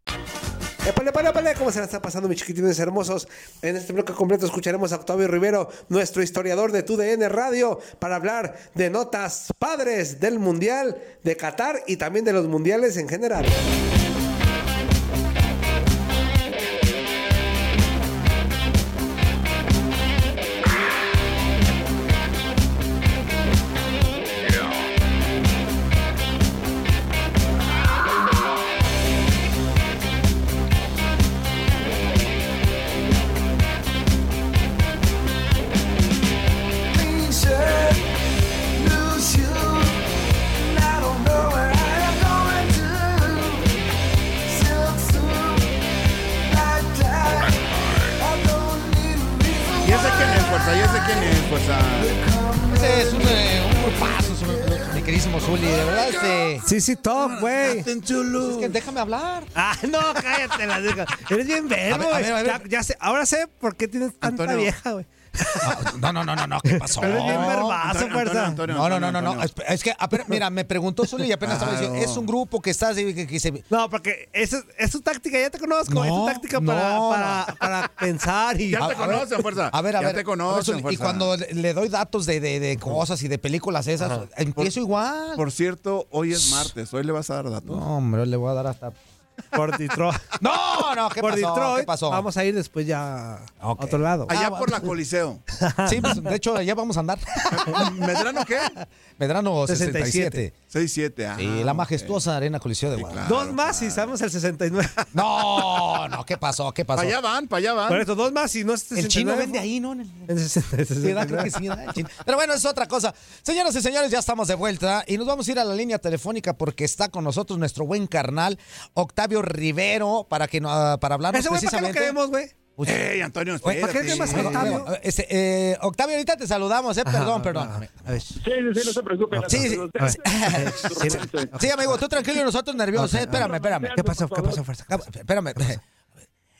Épale, épale, épale, ¿cómo se la está pasando, mis chiquitines hermosos? En este bloque completo escucharemos a Octavio Rivero, nuestro historiador de TUDN Radio, para hablar de notas padres del Mundial de Qatar y también de los mundiales en general.
hasta ya sé quién es, pues ah,
Ese es un, eh, un grupazo, su- mi- mi queridísimo Zuli, de verdad, este...
Sí, sí, top, güey.
Es que déjame hablar.
Ah, no, cállate la deja. Eres bien verbo,
A
güey.
ver, a ver, a
Ya,
ver.
ya sé, ahora sé por qué tienes tanta
Antonio.
vieja, güey.
No, no, no, no, no, ¿qué pasó?
Eres bien verbazo,
Antonio,
fuerza.
Antonio,
No, no, no, no,
Antonio,
no. Es es que, apenas- mira, me preguntó Zuli y apenas estaba diciendo,
Claro.
es un grupo que está así, que, que se...
No, porque esa es- es tu táctica, ya te conozco. es tu
No,
táctica para,
no,
para,
no.
para pensar y.
Ya te
A- a ver,
conocen, fuerza.
A ver, a
Ya
ver.
te
a ver,
conocen,
Zuli, Y
fuerza.
cuando le- le doy datos de, de- de cosas y de películas esas, empiezo igual.
Por cierto, hoy es martes, hoy le vas a dar datos.
No, hombre, le voy a dar hasta...
Por Detroit.
No, no, ¿qué
por
pasó?
Detroit.
¿Qué pasó?
Vamos a ir después ya
Ok.
a otro lado.
Allá
Ah,
por la Coliseo.
Sí, pues, de hecho, allá vamos a andar.
¿Medrano qué?
Medrano 67.
6-7. ajá.
Sí, la majestuosa Arena Coliseo de Guadalajara.
claro,
dos más y estamos al 69.
No, no, ¿qué pasó? ¿Qué pasó?
Para allá van, para allá van.
Por eso, dos más y no es 69.
El chino vende ahí, ¿no? En el-
En 60,
Sí, da, creo que sí, da, el chino. Pero bueno, es otra cosa. Señoras y señores, ya estamos de vuelta y nos vamos a ir a la línea telefónica porque está con nosotros nuestro buen carnal Octavio Rivero para que no- para hablarnos
Ese güey, ¿para qué lo
precisamente.
queremos, güey?
Uy,
Ey, Antonio,
Oye,
¿para qué llamas
espérate.
Oye,
Octavio?
Octavio, este, eh, Octavio, ahorita te saludamos, eh, perdón, perdón.
A ver.
Sí, sí, sí, no se preocupen.
Sí, sí. Sí, amigo, tú tranquilo y nosotros nerviosos, eh, espérame, espérame.
¿Qué pasó? ¿Qué pasó, fuerza?
Ah, Espérame.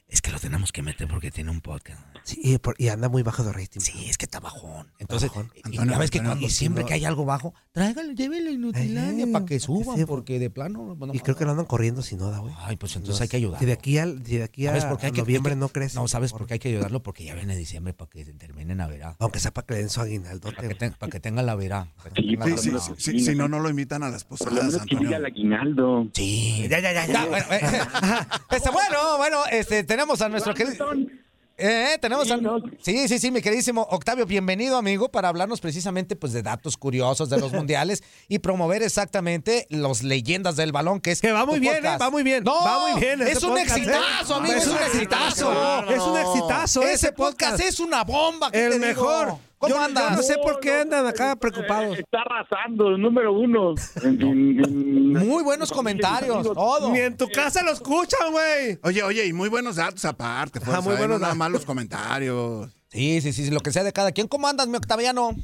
Es que lo tenemos que meter porque tiene un podcast. Sí, y, por- y anda muy bajo de rating. Sí, es que está bajón.
Entonces, y,
Antonio,
la vez que
Antonio,
cuando- y
si
siempre
no-
que hay algo bajo, tráigalo, llévelo a Inutilandia
Ay,
para que suban,
sí.
porque de plano. no-
Eh, Y creo que lo andan corriendo sin nada, güey.
Ay, pues entonces hay que ayudar.
Si de aquí al si de aquí a,
¿Sabes por qué hay
a
que-
noviembre
hay que-
no crece.
No, ¿sabes por qué hay que ayudarlo? Porque ya viene diciembre para que termine Navidad.
Aunque sea para que le den su aguinaldote,
Para que,
güey.
tenga para que tenga la verá. para que
Sí,
tenga
Sí,
la
sí,
verá.
sí, sí, si no, no lo invitan a las
Por lo
posadas,
menos que diga el
Antonio.
aguinaldo.
Sí.
Ya, ya, ya, ya.
Ya, bueno, eh, este, bueno, bueno, este, tenemos a nuestro querido. Eh, tenemos a-
Sí, no.
Sí, sí, sí, mi queridísimo Octavio, bienvenido, amigo, para hablarnos precisamente pues, de datos curiosos de los mundiales y promover exactamente los leyendas del balón, que es.
Que va muy
tu
bien,
podcast.
eh, va muy bien,
No,
va muy bien
Es
este
un
podcast, eh.
exitazo, amigo, es,
Es
un
un
exitazo.
Es un exitazo.
Ese podcast es una bomba. ¿qué te
el
digo?
mejor.
¿Cómo
Yo- yo
andas?
no eh, sé por qué andan acá preocupados.
Está arrasando, número uno. En- en- en-
Muy buenos comentarios, todo.
Ni en tu casa lo escuchan, güey.
Oye, oye, y muy buenos datos aparte. Pues,
muy
muy
buenos
buenos nada
datos.
más los comentarios.
Sí, sí, sí, lo que sea de cada quien. ¿Cómo andas, mi Octaviano?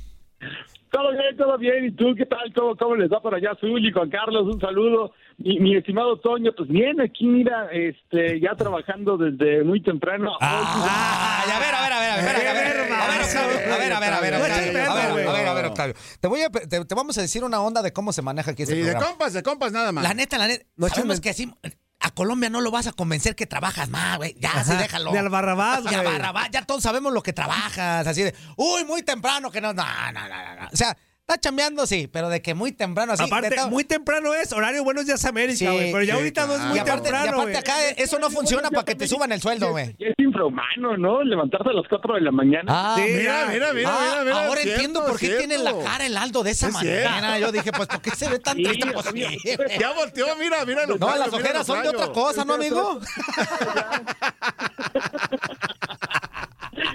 Todo bien, todo bien. ¿Y tú qué tal? ¿Cómo, cómo les va por allá, Zuli? Juan Carlos, un saludo. Mi, mi estimado Toño, pues bien, aquí mira, este, ya trabajando desde muy temprano.
Ah, Ay, a ver, a ver, a ver, a ver, a ver, a ver, a ver, Octavio, a ver, a ver, a ver,
No eches
Octavio, a ver,
pedo,
a ver,
güey.
a ver, a ver, Octavio. Te voy a, te, te vamos a decir una onda de cómo se maneja aquí
Sí,
este
de
programa.
compas, de compas nada más.
La neta, la neta,
No eches
sabemos
men-
que así a Colombia no lo vas a convencer que trabajas más, güey. Ya, sí, déjalo.
Ni al Barrabás,
Ya,
güey.
Barrabás, ya todos sabemos lo que trabajas, así de, uy, muy temprano que no, no, no, no, no. O sea, está chambeando, sí, pero de que muy temprano así. de
Aparte,
todo-
muy temprano es, horario Buenos Días América,
Sí,
güey. pero ya
sí,
ahorita no es
claro.
muy
y aparte, y
temprano,
aparte
güey.
acá eh, eso no funciona para que te suban el sueldo, güey.
Es, es infrahumano, ¿no? Levantarse a las 4 de la mañana.
Ah,
Sí,
Mira,
ya.
mira, mira,
Ah,
mira, mira.
ahora
cierto,
entiendo por qué
cierto.
tiene la cara el Aldo de esa
Es
manera.
cierto.
Yo dije, pues, ¿por qué se ve tan
Sí,
triste? Pues,
amigo.
sí, güey.
Ya volteó, mira, mira. lo
no,
callo,
las
mira
ojeras
lo
son de
callo.
otra cosa, ¿no, amigo?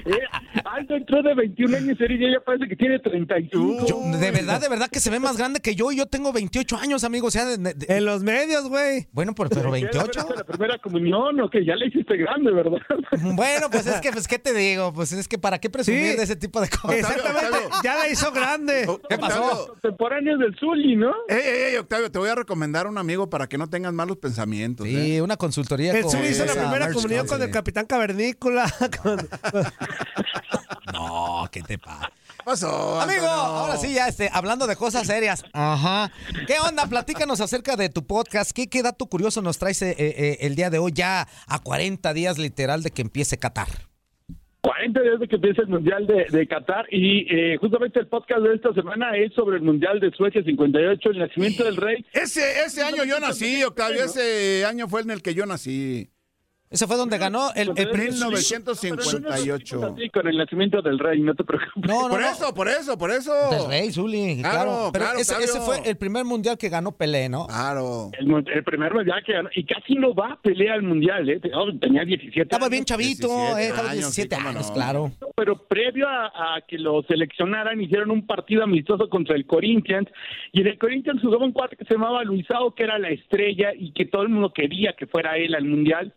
Eh, Aldo entró de 21 años y ya parece que tiene 35.
Yo, de verdad, de verdad que se ve más grande que yo. y Yo tengo 28 años, amigo. O sea, de- de-
En los medios, güey.
bueno, por- pero 28.
¿Era la primera comunión o que ya le hiciste grande, verdad?
Bueno, pues es que, pues, ¿qué te digo? Pues es que, ¿para qué presumir
Sí.
de ese tipo de cosas?
Exactamente,
Octavio.
ya la hizo grande.
O-
¿Qué pasó?
Octavio,
Contemporáneos del Zully, ¿no?
Ey, ey, ey, Octavio, te voy a recomendar a un amigo para que no tengas malos pensamientos. ¿eh?
Sí, una consultoría.
El
con
Zuli hizo la
esa
primera
Merch
comunión con
Council.
el Capitán Cavernícola. con-
No, ¿qué te pasa?
¿Qué pasó?
Amigo,
Antonio?
ahora sí, ya este, hablando de cosas serias. Ajá. ¿Qué onda? Platícanos acerca de tu podcast. ¿Qué, qué dato curioso nos traes eh, eh, el día de hoy, ya a 40 días literal de que empiece Qatar?
40 días de que empieza el Mundial de, de Qatar y eh, justamente el podcast de esta semana es sobre el Mundial de Suecia 58, el nacimiento del rey.
Ese, ese año yo nací, Octavio. Ese año fue en el que yo nací.
Ese fue donde ganó el, el primer.
1958.
Así, Con el nacimiento del rey, no te preocupes.
No, no,
Por
no.
eso, por eso, por eso.
Del Rey, Zuli, claro.
Claro,
Pero
claro,
ese,
Octavio.
ese fue el primer mundial que ganó Pelé, ¿no?
Claro.
El, mu- el primer mundial que ganó y casi no va a pelear al mundial, ¿eh? Oh, tenía 17
Estaba
años,
bien chavito,
17
eh, estaba
años,
17
sí, cómo
años,
no.
claro.
pero previo a, a que lo seleccionaran hicieron un partido amistoso contra el Corinthians y en el Corinthians jugaba un cuate que se llamaba Luisao que era la estrella y que todo el mundo quería que fuera él al mundial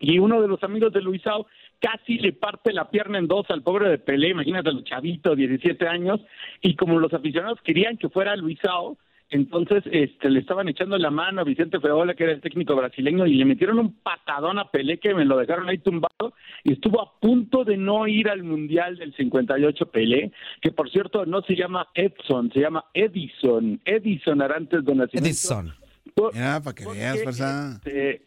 y uno de los amigos de Luisao casi le parte la pierna en dos al pobre de Pelé, imagínate al chavito, 17 años, y como los aficionados querían que fuera Luisao, entonces este, le estaban echando la mano a Vicente Feola, que era el técnico brasileño, y le metieron un patadón a Pelé que me lo dejaron ahí tumbado, y estuvo a punto de no ir al Mundial del 58 Pelé, que por cierto no se llama Edson, se llama Edison, Edison Arantes Donacimiento.
Edison.
Mira,
para que veas, fuerza.
este,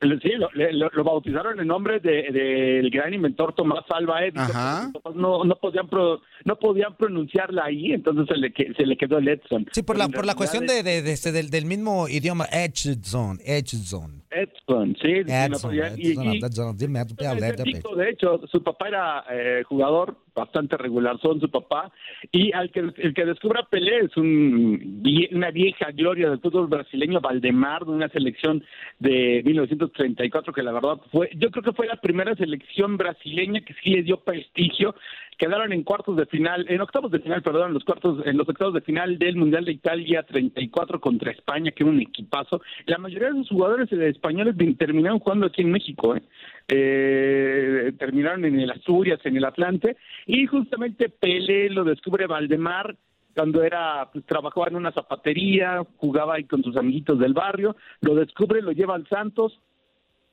le- sí, lo, le- lo- lo bautizaron en nombre de- del gran inventor Tomás eh, Alva Edison.
Ajá.
porque sus papás No, no podían pro- no podían pronunciarla ahí, entonces se le, que- se le quedó el Edson.
Sí, por la, por la cuestión de, de- de este, del, del mismo idioma, edge zone, edge zone.
Edson, sí, sí,
Edge
no
zone,
podía-
edge
y-
zone,
y-
edge zone, dime, edge zone, edge zone.
Tito, de hecho, su papá era eh, jugador bastante regular, son su papá, y al que, el que descubra a Pelé es un, vie- una vieja gloria del fútbol brasileño, Valdemar, de una selección de 1934, que la verdad fue, yo creo que fue la primera selección brasileña que sí le dio prestigio, quedaron en cuartos de final, en octavos de final, perdón, en los cuartos, en los octavos de final del Mundial de Italia 34 contra España, que era un equipazo. La mayoría de sus jugadores eh, españoles vin- terminaron jugando aquí en México, ¿eh? Eh, terminaron en el Asturias, en el Atlante, y justamente Pelé lo descubre Valdemar cuando era, pues, trabajaba en una zapatería, jugaba ahí con sus amiguitos del barrio, lo descubre, lo lleva al Santos,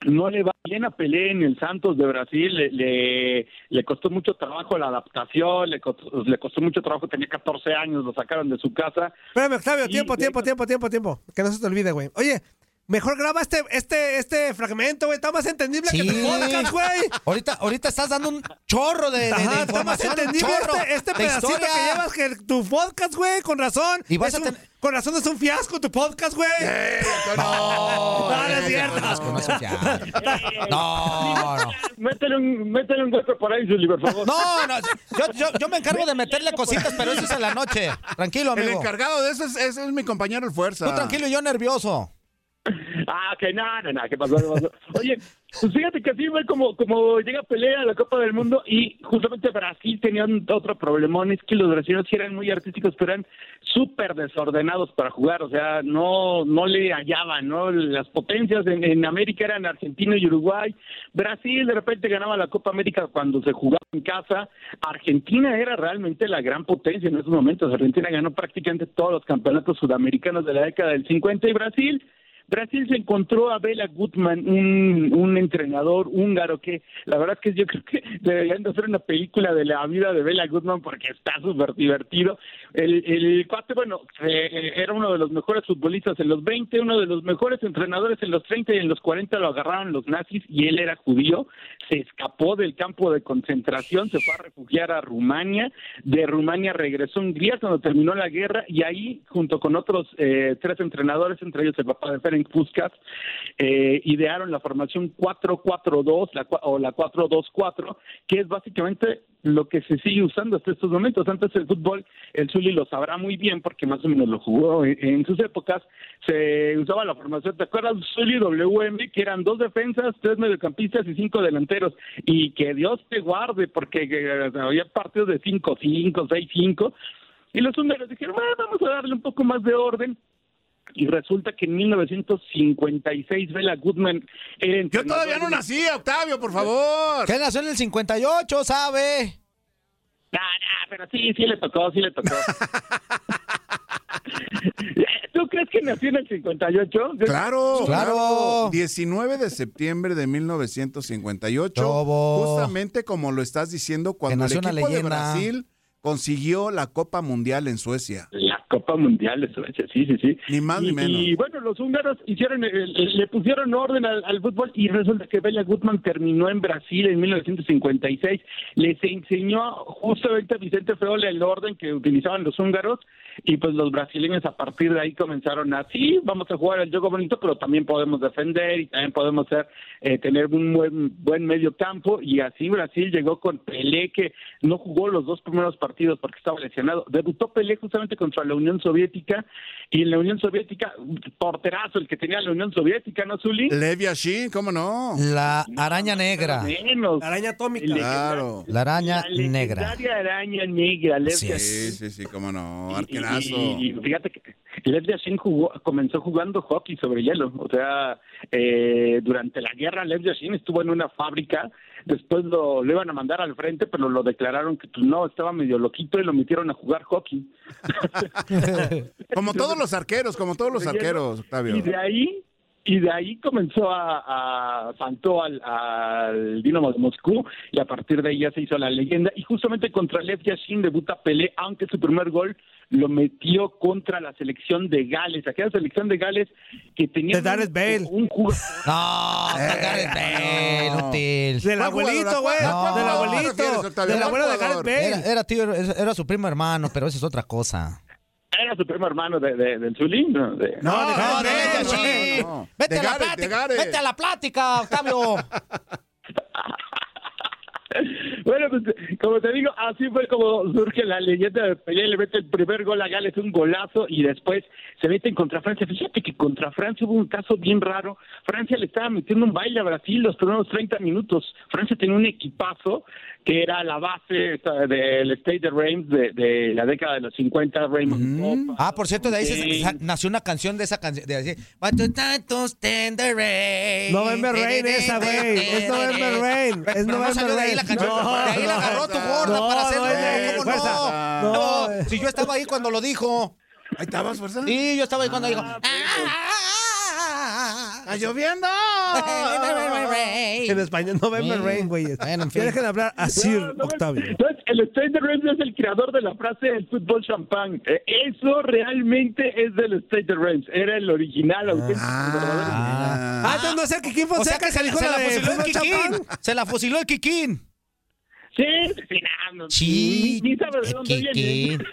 no le va bien a Pelé en el Santos de Brasil, le, le, le costó mucho trabajo la adaptación, le costó, le costó mucho trabajo, tenía 14 años, lo sacaron de su casa.
Espérame, Octavio, tiempo, tiempo,
pues.
tiempo, tiempo, tiempo. Que no se te olvide, güey. Oye, mejor graba este, este, este fragmento, güey. Está más entendible que tu podcast, güey.
Ahorita, ahorita estás dando un chorro de, de- de
Ajá, está más
información, un
entendible
chorro
este, este
de
pedacito
historia.
que llevas que el- tu podcast, güey, con razón.
Y vas
Es
a
un-
tener-
Con razón es un fiasco tu podcast, güey.
No,
no, no es cierto.
No, no.
Métele un, métele un golpe por ahí, Zuli, por favor.
No, no, yo, yo, yo me encargo de meterle cositas, pero eso es en la noche. Tranquilo, amigo.
El encargado de eso es, es- es mi compañero el Fuerza.
Tú tranquilo y yo nervioso.
Ah, que nada, nada, ¿qué pasó? ¿Qué pasó? Oye, pues fíjate que así fue como, como llega pelea a la Copa del Mundo y justamente Brasil tenían otro problemón, es que los brasileños sí eran muy artísticos, pero eran súper desordenados para jugar, o sea, no, no le hallaban, ¿no? Las potencias en, en América eran Argentina y Uruguay, Brasil de repente ganaba la Copa América cuando se jugaba en casa, Argentina era realmente la gran potencia en esos momentos, Argentina ganó prácticamente todos los campeonatos sudamericanos de la década del 50 y Brasil... Brasil se encontró a Bela Gutman, un, un entrenador húngaro que la verdad es que yo creo que deberían de hacer una película de la vida de Bela Gutman porque está súper divertido. El, el cuate, bueno, eh, era uno de los mejores futbolistas en los 20, uno de los mejores entrenadores en los 30 y en los 40 lo agarraron los nazis y él era judío, se escapó del campo de concentración, se fue a refugiar a Rumania, de Rumania regresó a Hungría cuando terminó la guerra y ahí, junto con otros eh, tres entrenadores, entre ellos el papá de Ferenc Puskas, eh, idearon la formación 4-4-2 la cua- o la 4-2-4, que es básicamente lo que se sigue usando hasta estos momentos. Antes el fútbol, el Zuli lo sabrá muy bien porque más o menos lo jugó en, en sus épocas, se usaba la formación, ¿te acuerdas? Zuli WM, que eran dos defensas, tres mediocampistas y cinco delanteros. Y que Dios te guarde porque eh, había partidos de 5-5, 6-5. Y los húngaros dijeron, "Ah, vamos a darle un poco más de orden. Y resulta que en 1956 Bela Goodman era Yo
todavía no nací, Octavio, por favor.
¿Qué nació en el 58, sabe?
Nah, nah, pero sí, sí le tocó, sí le tocó. Eh, ¿Tú crees que nació en el 58?
Claro,
claro.
19 de septiembre de 1958, justamente como lo estás diciendo, cuando el
nació una
equipo de
leyenda.
Brasil consiguió la Copa Mundial en Suecia.
La Copa Mundial de Suecia, sí, sí, sí.
Ni más ni
Y-
menos.
Y bueno, los húngaros hicieron, el- el- le pusieron orden al, al fútbol y resulta que Bela Gutmann terminó en Brasil en 1956. Les enseñó justamente a Vicente Feola el orden que utilizaban los húngaros y pues los brasileños a partir de ahí comenzaron a, sí, vamos a jugar el juego bonito, pero también podemos defender y también podemos ser, eh, tener un buen, buen medio campo y así Brasil llegó con Pelé que no jugó los dos primeros partidos porque estaba lesionado. Debutó Pelé justamente contra la Unión Soviética y en la Unión Soviética, porterazo el que tenía la Unión Soviética, ¿no, Zuli?
Levi Ashin, ¿cómo no?
La araña negra.
Menos.
Araña atómica. Ah.
Claro.
La araña negra.
Legendaria araña negra, Lev
Sí, sí, sí, cómo no, arquerazo.
y, y- y fíjate que Lev Yashin jugó- comenzó jugando hockey sobre hielo. O sea, eh, durante la guerra Lev Yashin estuvo en una fábrica, después lo, lo iban a mandar al frente, pero lo declararon que pues, no, estaba medio loquito y lo metieron a jugar hockey.
Como todos los arqueros, como todos los
Oye,
arqueros, Octavio.
Y de ahí, y de ahí comenzó a, a saltó al, al Dinamo de Moscú y a partir de ahí ya se hizo la leyenda. Y justamente contra Lev Yashin debuta Pelé, aunque su primer gol lo metió contra la selección de Gales, aquella selección de Gales que tenía un, un jugador.
Del abuelito, güey. del abuelito. Del abuelo de Gareth Bale. Era, era tío, era era su primo hermano, pero eso es otra cosa.
Era su primo hermano de, de- del Zulín. No, de-
no, de Gareth Bale. Vete,
De
a la
Gareth, de
plática,
Gareth.
vete a la plática, Octavio.
Bueno, pues, como te digo, así fue como surge la leyenda de Pelé. Le mete el primer gol a Gales, un golazo, y después se meten contra Francia. Fíjate que contra Francia hubo un caso bien raro. Francia le estaba metiendo un baile a Brasil los primeros 30 minutos. Francia tenía un equipazo que era la base esta, del State de Reims de, de la década de los 50, Raymond Kopa.
Ah, por cierto, de ahí se-
Sí.
sa- nació una canción de esa canción. De así, "But to tantos tender rain".
November Rain esa, güey. Es November Rain. Es
Pero no
November
salió de ahí la
Rain.
canción. de ahí la agarró tu gorda
no,
para hacerlo.
no es de-
¿Cómo
fue
no?
esa.
No,
No,
si yo estaba ahí cuando lo dijo.
Ahí estabas, fuerza.
Sí, yo estaba ahí cuando dijo.
¡Está lloviendo!
En español, November Rain, güey.
fin.
Ya dejen de hablar a Sir Octavio.
Entonces, el State de Reims es el creador de la frase del fútbol champán. Eh, eso realmente es del State de Reims. Era el
Ah.
original, auténtico.
Ah,
verdadero.
Ah, entonces no es el Kikín Fonseca que se dijo
se
la
la
de
fusiló el
Fernando
Kikín.
Champán.
Se la fusiló el Kikín.
Sí, sí, no, no,
Sí,
ni- ni sabes de dónde
Kikín.
viene.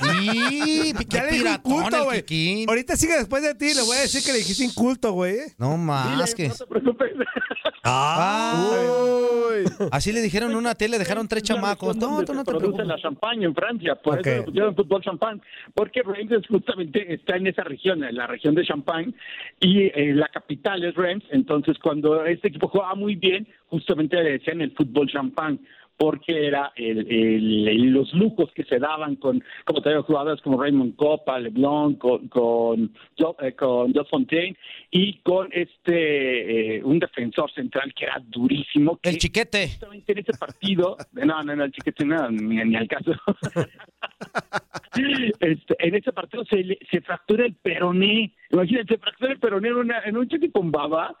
Sí, qué
Ya le dije
piratón
inculto,
el
güey.
Kikín.
Ahorita sigue después de ti, le voy a decir que le dijiste inculto, güey.
No más que. Ah, Así le dijeron en una tele, dejaron tres chamacos. No, tú no te
Produce
preocupes.
la champaña en Francia, por
Ok.
eso le pusieron fútbol champán, porque Reims justamente está en esa región, en la región de Champagne, y eh, la capital es Reims, entonces cuando este equipo jugaba muy bien, justamente le decían el fútbol champán, porque era el- el- el- los lujos que se daban con, como te digo, jugadores como Raymond Copa, Leblanc, con, con, Jo- eh, con Joe Fontaine, y con este, eh, un defensor central que era durísimo. el
chiquete.
Justamente en ese partido, no, no, no, el chiquete no, ni, ni al caso. Este, en ese partido se, le- se fractura el peroné. Imagínate, se fractura el peroné en, una- en un choque con baba.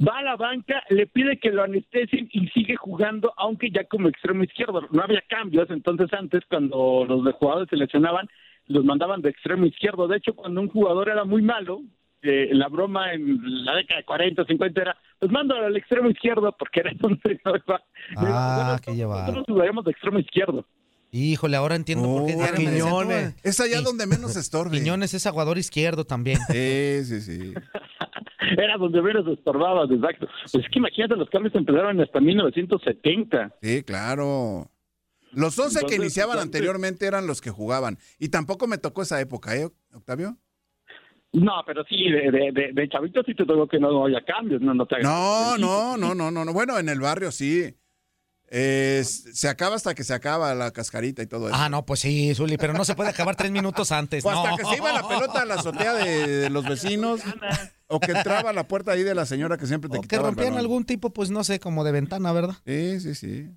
Va a la banca, le pide que lo anestesien y sigue jugando, aunque ya como extremo izquierdo. No había cambios, entonces antes cuando los de jugadores se lesionaban, los mandaban de extremo izquierdo. De hecho, cuando un jugador era muy malo, eh, la broma en la década de 40, 50 era, pues mándalo al extremo izquierdo porque era donde no iba.
Ah, qué llevado.
Nosotros jugaríamos de extremo izquierdo.
Híjole, ahora entiendo por
Oh,
qué diario me decían,
Quiñones.
"Tú, eh,
Es allá
sí,
donde menos estorbe.
Quiñones es aguador izquierdo también.
Sí, sí, sí.
Era donde menos estorbabas, exacto. Pues es que imagínate, los cambios empezaron hasta 1970.
Sí, claro. Los 11
Entonces,
que iniciaban
entonces-
anteriormente eran los que jugaban. Y tampoco me tocó esa época, ¿eh, Octavio?
No, pero sí, de, de, de, de chavito sí te tengo que no haya cambios, no, no te hagas-
No, no, no, no, no. no. Bueno, en el barrio sí. Eh, s- se acaba hasta que se acaba la cascarita y todo eso.
Ah, no, pues sí, Zuli, pero no se puede acabar tres minutos antes.
O Pues hasta
no.
que se iba la pelota a la azotea de, de los vecinos. O que entraba a la puerta ahí de la señora que siempre te
Que
quitaba el
rompían
balón.
algún tipo, pues no sé, como de ventana, ¿verdad?
Sí, sí, sí.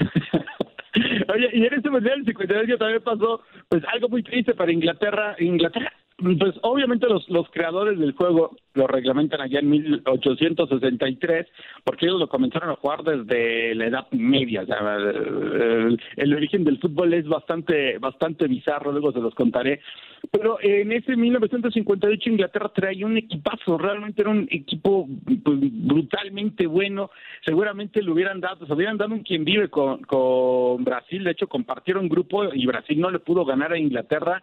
Oye, y en ese mundial del 52 también pasó pues algo muy triste para Inglaterra. Inglaterra, pues obviamente los, los creadores del juego lo reglamentan allá en 1863 porque ellos lo comenzaron a jugar desde la Edad Media. O sea, el, el origen del fútbol es bastante bastante bizarro, luego se los contaré. Pero en ese 1958 Inglaterra traía un equipazo, realmente era un equipo pues, brutalmente bueno. Seguramente le hubieran dado, se hubieran dado un quien vive con, con Brasil. De hecho, compartieron grupo y Brasil no le pudo ganar a Inglaterra.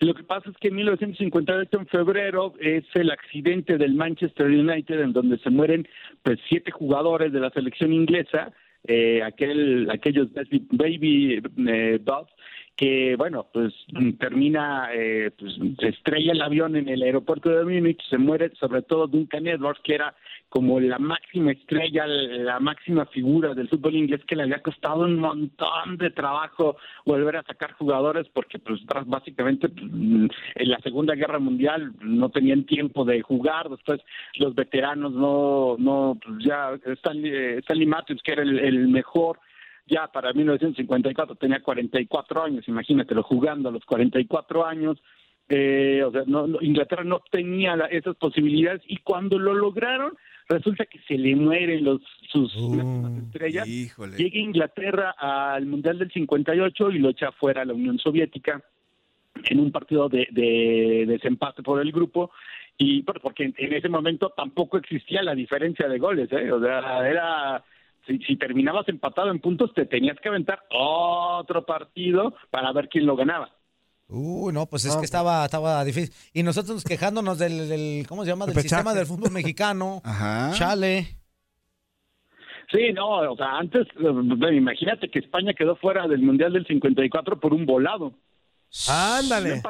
Lo que pasa es que en 1958, en febrero, es el accidente del Manchester United en donde se mueren pues siete jugadores de la selección inglesa. eh, aquel, aquellos baby, baby eh, Buffs, que, bueno, pues mm, termina, eh, pues, se estrella el avión en el aeropuerto de Múnich, se muere sobre todo Duncan Edwards, que era como la máxima estrella, la máxima figura del fútbol inglés que le había costado un montón de trabajo volver a sacar jugadores porque pues tras- básicamente pues, mm, en la Segunda Guerra Mundial no tenían tiempo de jugar, después los veteranos no, no, pues, ya Stanley, eh, Stanley Matthews que era el- el mejor ya para 1954 tenía 44 años, imagínatelo jugando a los 44 años. Eh, o sea, no, no, Inglaterra no tenía la- esas posibilidades y cuando lo lograron, resulta que se le mueren los, sus
Oh,
Uh.
máximas estrellas. Llega Inglaterra al Mundial del 58 y lo echa fuera a la Unión Soviética en un partido de, de desempate por el grupo y bueno, porque en, en ese momento tampoco existía la diferencia de goles, ¿eh? o sea, era si, si terminabas empatado en puntos te tenías que aventar otro partido para ver quién lo ganaba.
Uy, no, pues
Ah.
es que estaba, estaba difícil. Y nosotros quejándonos del, del- ¿cómo se llama? Del
Repechaje.
sistema del fútbol mexicano.
Ajá.
Chale.
Sí, no, o sea, antes, eh, bueno, imagínate que España quedó fuera del Mundial del 54 por un volado.
Ándale.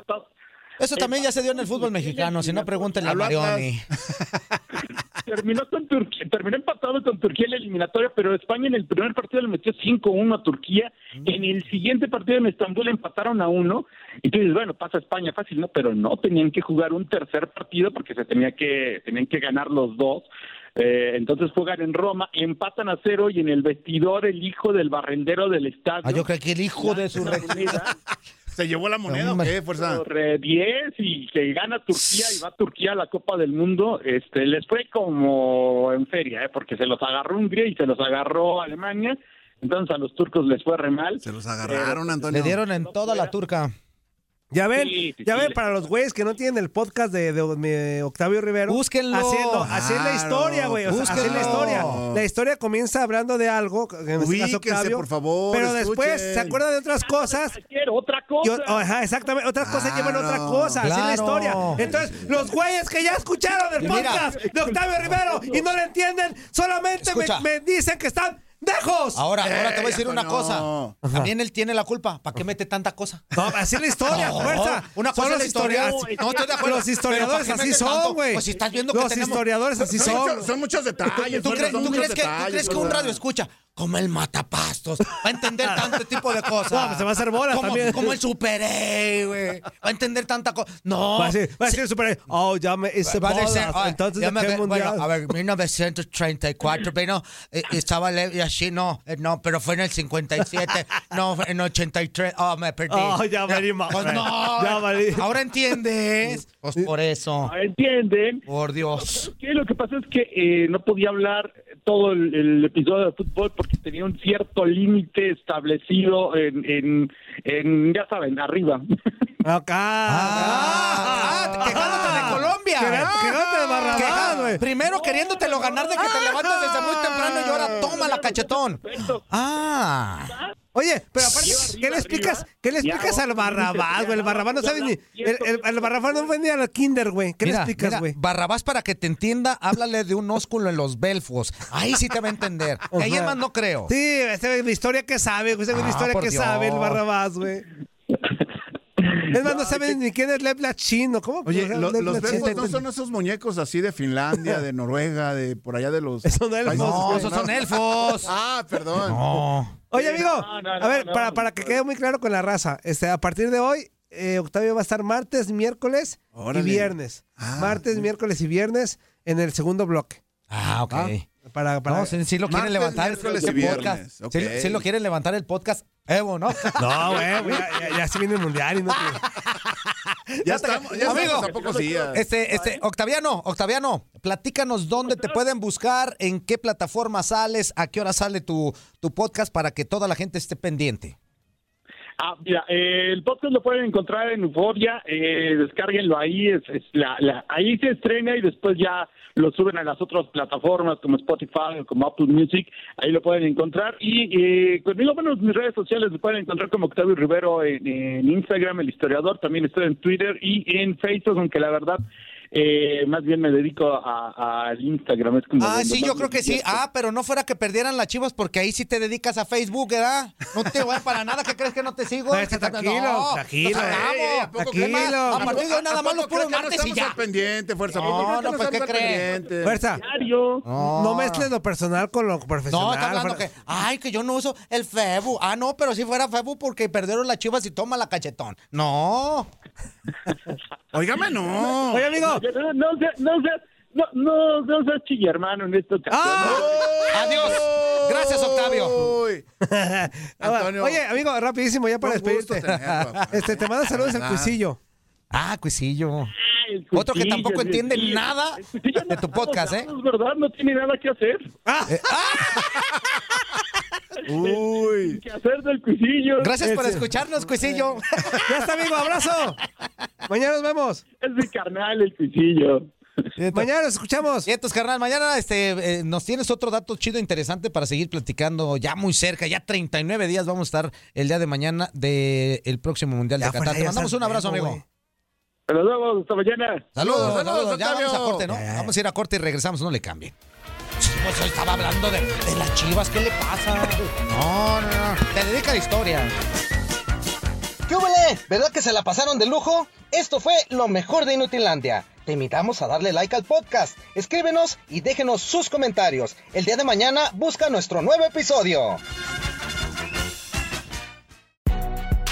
Eso también ya se dio en el fútbol mexicano, si no pregúntenle a
Hablo atrás.
Marioni.
Terminó, con Turquía, terminó empatado con Turquía en la eliminatoria, pero España en el primer partido le metió 5-1 a Turquía.
Mm.
En el siguiente partido en Estambul empataron a uno. Y tú dices, bueno, pasa España fácil, ¿no? Pero no, tenían que jugar un tercer partido porque se tenía que, tenían que ganar los dos. Eh, entonces juegan en Roma, empatan a cero y en el vestidor el hijo del barrendero del estadio.
Ah, yo creo que el hijo de su
¿Se llevó la moneda o qué, fuerza?
Corre 10 y que gana Turquía y va Turquía a la Copa del Mundo, este les fue como en feria, ¿eh? porque se los agarró Hungría y se los agarró Alemania, entonces a los turcos les fue re mal. Se los
agarraron,
Le dieron en toda la turca.
Ya ven,
Sí, sí,
ya
sí,
ven,
le-
para los güeyes que no tienen el podcast de, de, mi Octavio Rivero.
Búsquenlo.
Haciendo, hacer la
Claro,
historia, güey. O sea, hacer la
búsquenlo.
historia. La historia comienza hablando de algo, que en este caso
Ubíquense,
Octavio,
por favor,
Pero después
escuchen.
se acuerda de otras cosas.
Ah, otra cosa.
ajá, exactamente. Otras cosas llevan
Claro,
otra cosa. Así es la
claro.
historia. Entonces, los güeyes que ya escucharon el
Y mira,
podcast de Octavio Rivero y no le entienden, solamente me,
Escucha.
me dicen que están lejos.
Ahora, ahora te voy a decir
Eh,
una
no.
cosa. También él tiene la culpa. ¿Para qué mete tanta cosa?
No, así es la historia,
No,
fuerza.
Una
Son
cosa es
los
la historia.
historiadores.
No estoy de acuerdo.
Los historiadores
Pero ¿para qué
así
mete
son,
tanto?
güey.
Pues si estás viendo que
Los
tenemos-
historiadores así Son son. muchos- son
muchos detalles,
¿Tú,
Fuerza,
crees,
son
tú
muchos
creés que, tú
detalles,
crees que un
Fuerza.
radio escucha como el matapastos? Va a entender tanto tipo de cosas.
No, pues se va a hacer bolas
como,
también.
Como el super E, güey. Va a entender tanta cosa. No.
Va a decir, va a decir super. Oh, ya me hice
Va a
bolas.
decir, "Ay,
Entonces,
ya
¿de
me
qué
acordé-
mundial?
Bueno, a ver, 1934, vino, eh, estaba leve y así, no, eh, no, pero fue en el 57, no, fue en 83, oh, me perdí.
Oh, ya
No,
valí madre.
pues no,
Ya valí.
ahora entiendes. Pues por eso.
¿Entienden?
Por Dios.
Que Lo que pasa es que eh, no podía hablar todo el, el episodio de fútbol porque tenía un cierto límite establecido en, en, en, ya saben, arriba.
Ah,
Ah, Quejándote de Colombia.
Quejándote de Barrabás,
Queja-
güey.
Primero queriéndotelo ganar de que te levantas desde muy temprano y ahora toma la cachetón. Ah.
Oye, pero aparte, ¿qué le explicas, ¿qué le
Ya,
explicas al
no,
Barrabás, güey? El Barrabás no sabe ni. El, el- el Barrabás no fue ni a la Kinder, güey. ¿Qué
Mira,
le explicas,
mira,
güey?
Barrabás, para que te entienda, háblale de un ósculo en los belfos. Ahí sí te va a entender.
O
De ahí en
sea,
más no creo.
Sí, esa es la historia que sabe, güey. Esa es la
Ah,
historia
por
que
Dios.
sabe el Barrabás, güey. Es más, no saben ni quién es Lev Lachino. ¿Cómo?
Oye,
O sea,
lo-
Lev
los
Lachino.
belfos no son esos muñecos así de Finlandia, de Noruega, de por allá de los. Son
elfos. No, esos son
elfos.
Ah, perdón.
No.
Oye, amigo,
No, no,
a
no,
ver,
no.
para, para que quede muy claro con la raza, este, a partir de hoy, eh, Octavio va a estar martes, miércoles
Órale.
y viernes. martes, miércoles y viernes en el segundo bloque.
Ah, ok.
Para, para...
No, si, si lo
Martes,
quieren levantar el
miércoles y
podcast.
viernes, ok.
Si, lo- si lo quieren levantar el podcast, Evo, ¿no?
No, güey, güey, ya, ya- ya se viene el mundial y no te-
Ya estamos, ya estamos
Amigo,
a pocos días.
este, este, Octaviano, Octaviano, platícanos dónde te pueden buscar, en qué plataforma sales, a qué hora sale tu, tu podcast para que toda la gente esté pendiente.
Ah, mira, eh, el podcast lo pueden encontrar en Euforia, eh, descárguenlo ahí, es, es la, la- ahí se estrena y después ya lo suben a las otras plataformas como Spotify o como Apple Music, ahí lo pueden encontrar. Y eh, conmigo, bueno, mis redes sociales me pueden encontrar como Octavio Rivero en, en Instagram, el historiador, también estoy en Twitter y en Facebook, aunque la verdad... eh, más bien me dedico a- al Instagram. Es como
Ah,
donde
sí,
más
yo creo
me
que sí.
divierto.
Ah, pero no fuera que perdieran las chivas porque ahí sí te dedicas a Facebook, ¿verdad? No te voy para nada. ¿Qué crees que no te sigo? pues
No, está tranquilo, tranquilo, eh,
nos hablamos.
eh, ¿a poco
Es más,
crees?
A
¿A
partir de
poco-
hoy nada
a
más los
poco crees
puros
que no
martes y
estamos
ya.
al pendiente, fuerza? ¿A poco
No,
crees
no,
que
pues,
no
¿qué
estamos al pendiente?
crees?
Fuerza. No, no mezcles lo personal con lo profesional.
No, está hablando
fuerza.
que, ay, que yo no uso el Febu. Ah, no, pero si fuera Febu porque perdieron las chivas y toma la cachetón. No.
Óigame, no. Oye, amigo.
No, no, seas- no, seas- no, no, no seas chilla, hermano, en esta ocasión.
¡Ah!
Adiós. Gracias, Octavio.
Antonio.
Ah, Oye, amigo, rapidísimo, ya para
Fue un gusto
despedirte.
tenerlo, papá.
Este, te mando saludos al
Ah.
Cuisillo.
Ah, Cuisillo.
Ah,
Otro que tampoco entiende nada de tu podcast, ¿eh?
Es verdad, no tiene nada que hacer.
Uy.
Que hacer del cuisillo.
Gracias por escucharnos, Cuisillo.
Ya está, amigo, abrazo. Mañana nos vemos.
Es mi carnal el cuisillo.
Mañana nos escuchamos.
Y entonces, carnal, mañana este, eh, nos tienes otro dato chido interesante para seguir platicando ya muy cerca, ya 39 días vamos a estar el día de mañana del próximo Mundial
Ya,
de Qatar.
fuerza,
Te
ya
mandamos
estás
un abrazo,
viendo,
amigo.
güey.
Nos vemos, hasta mañana.
Saludos,
Saludos,
saludos, ya
Octavio.
vamos a corte, ¿no? Vamos a ir a corte y regresamos, no le cambien. Pues yo estaba hablando de, de las chivas, ¿qué le pasa? No, no, no, te dedica a la historia.
¿Qué hubole? ¿Verdad que se la pasaron de lujo? Esto fue lo mejor de Inutilandia. Te invitamos a darle like al podcast, escríbenos y déjenos sus comentarios. El día de mañana busca nuestro nuevo episodio.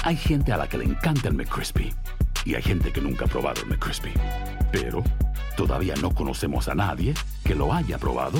Hay gente a la que le encanta el McCrispy y hay gente que nunca ha probado el McCrispy. Pero todavía no conocemos a nadie que lo haya probado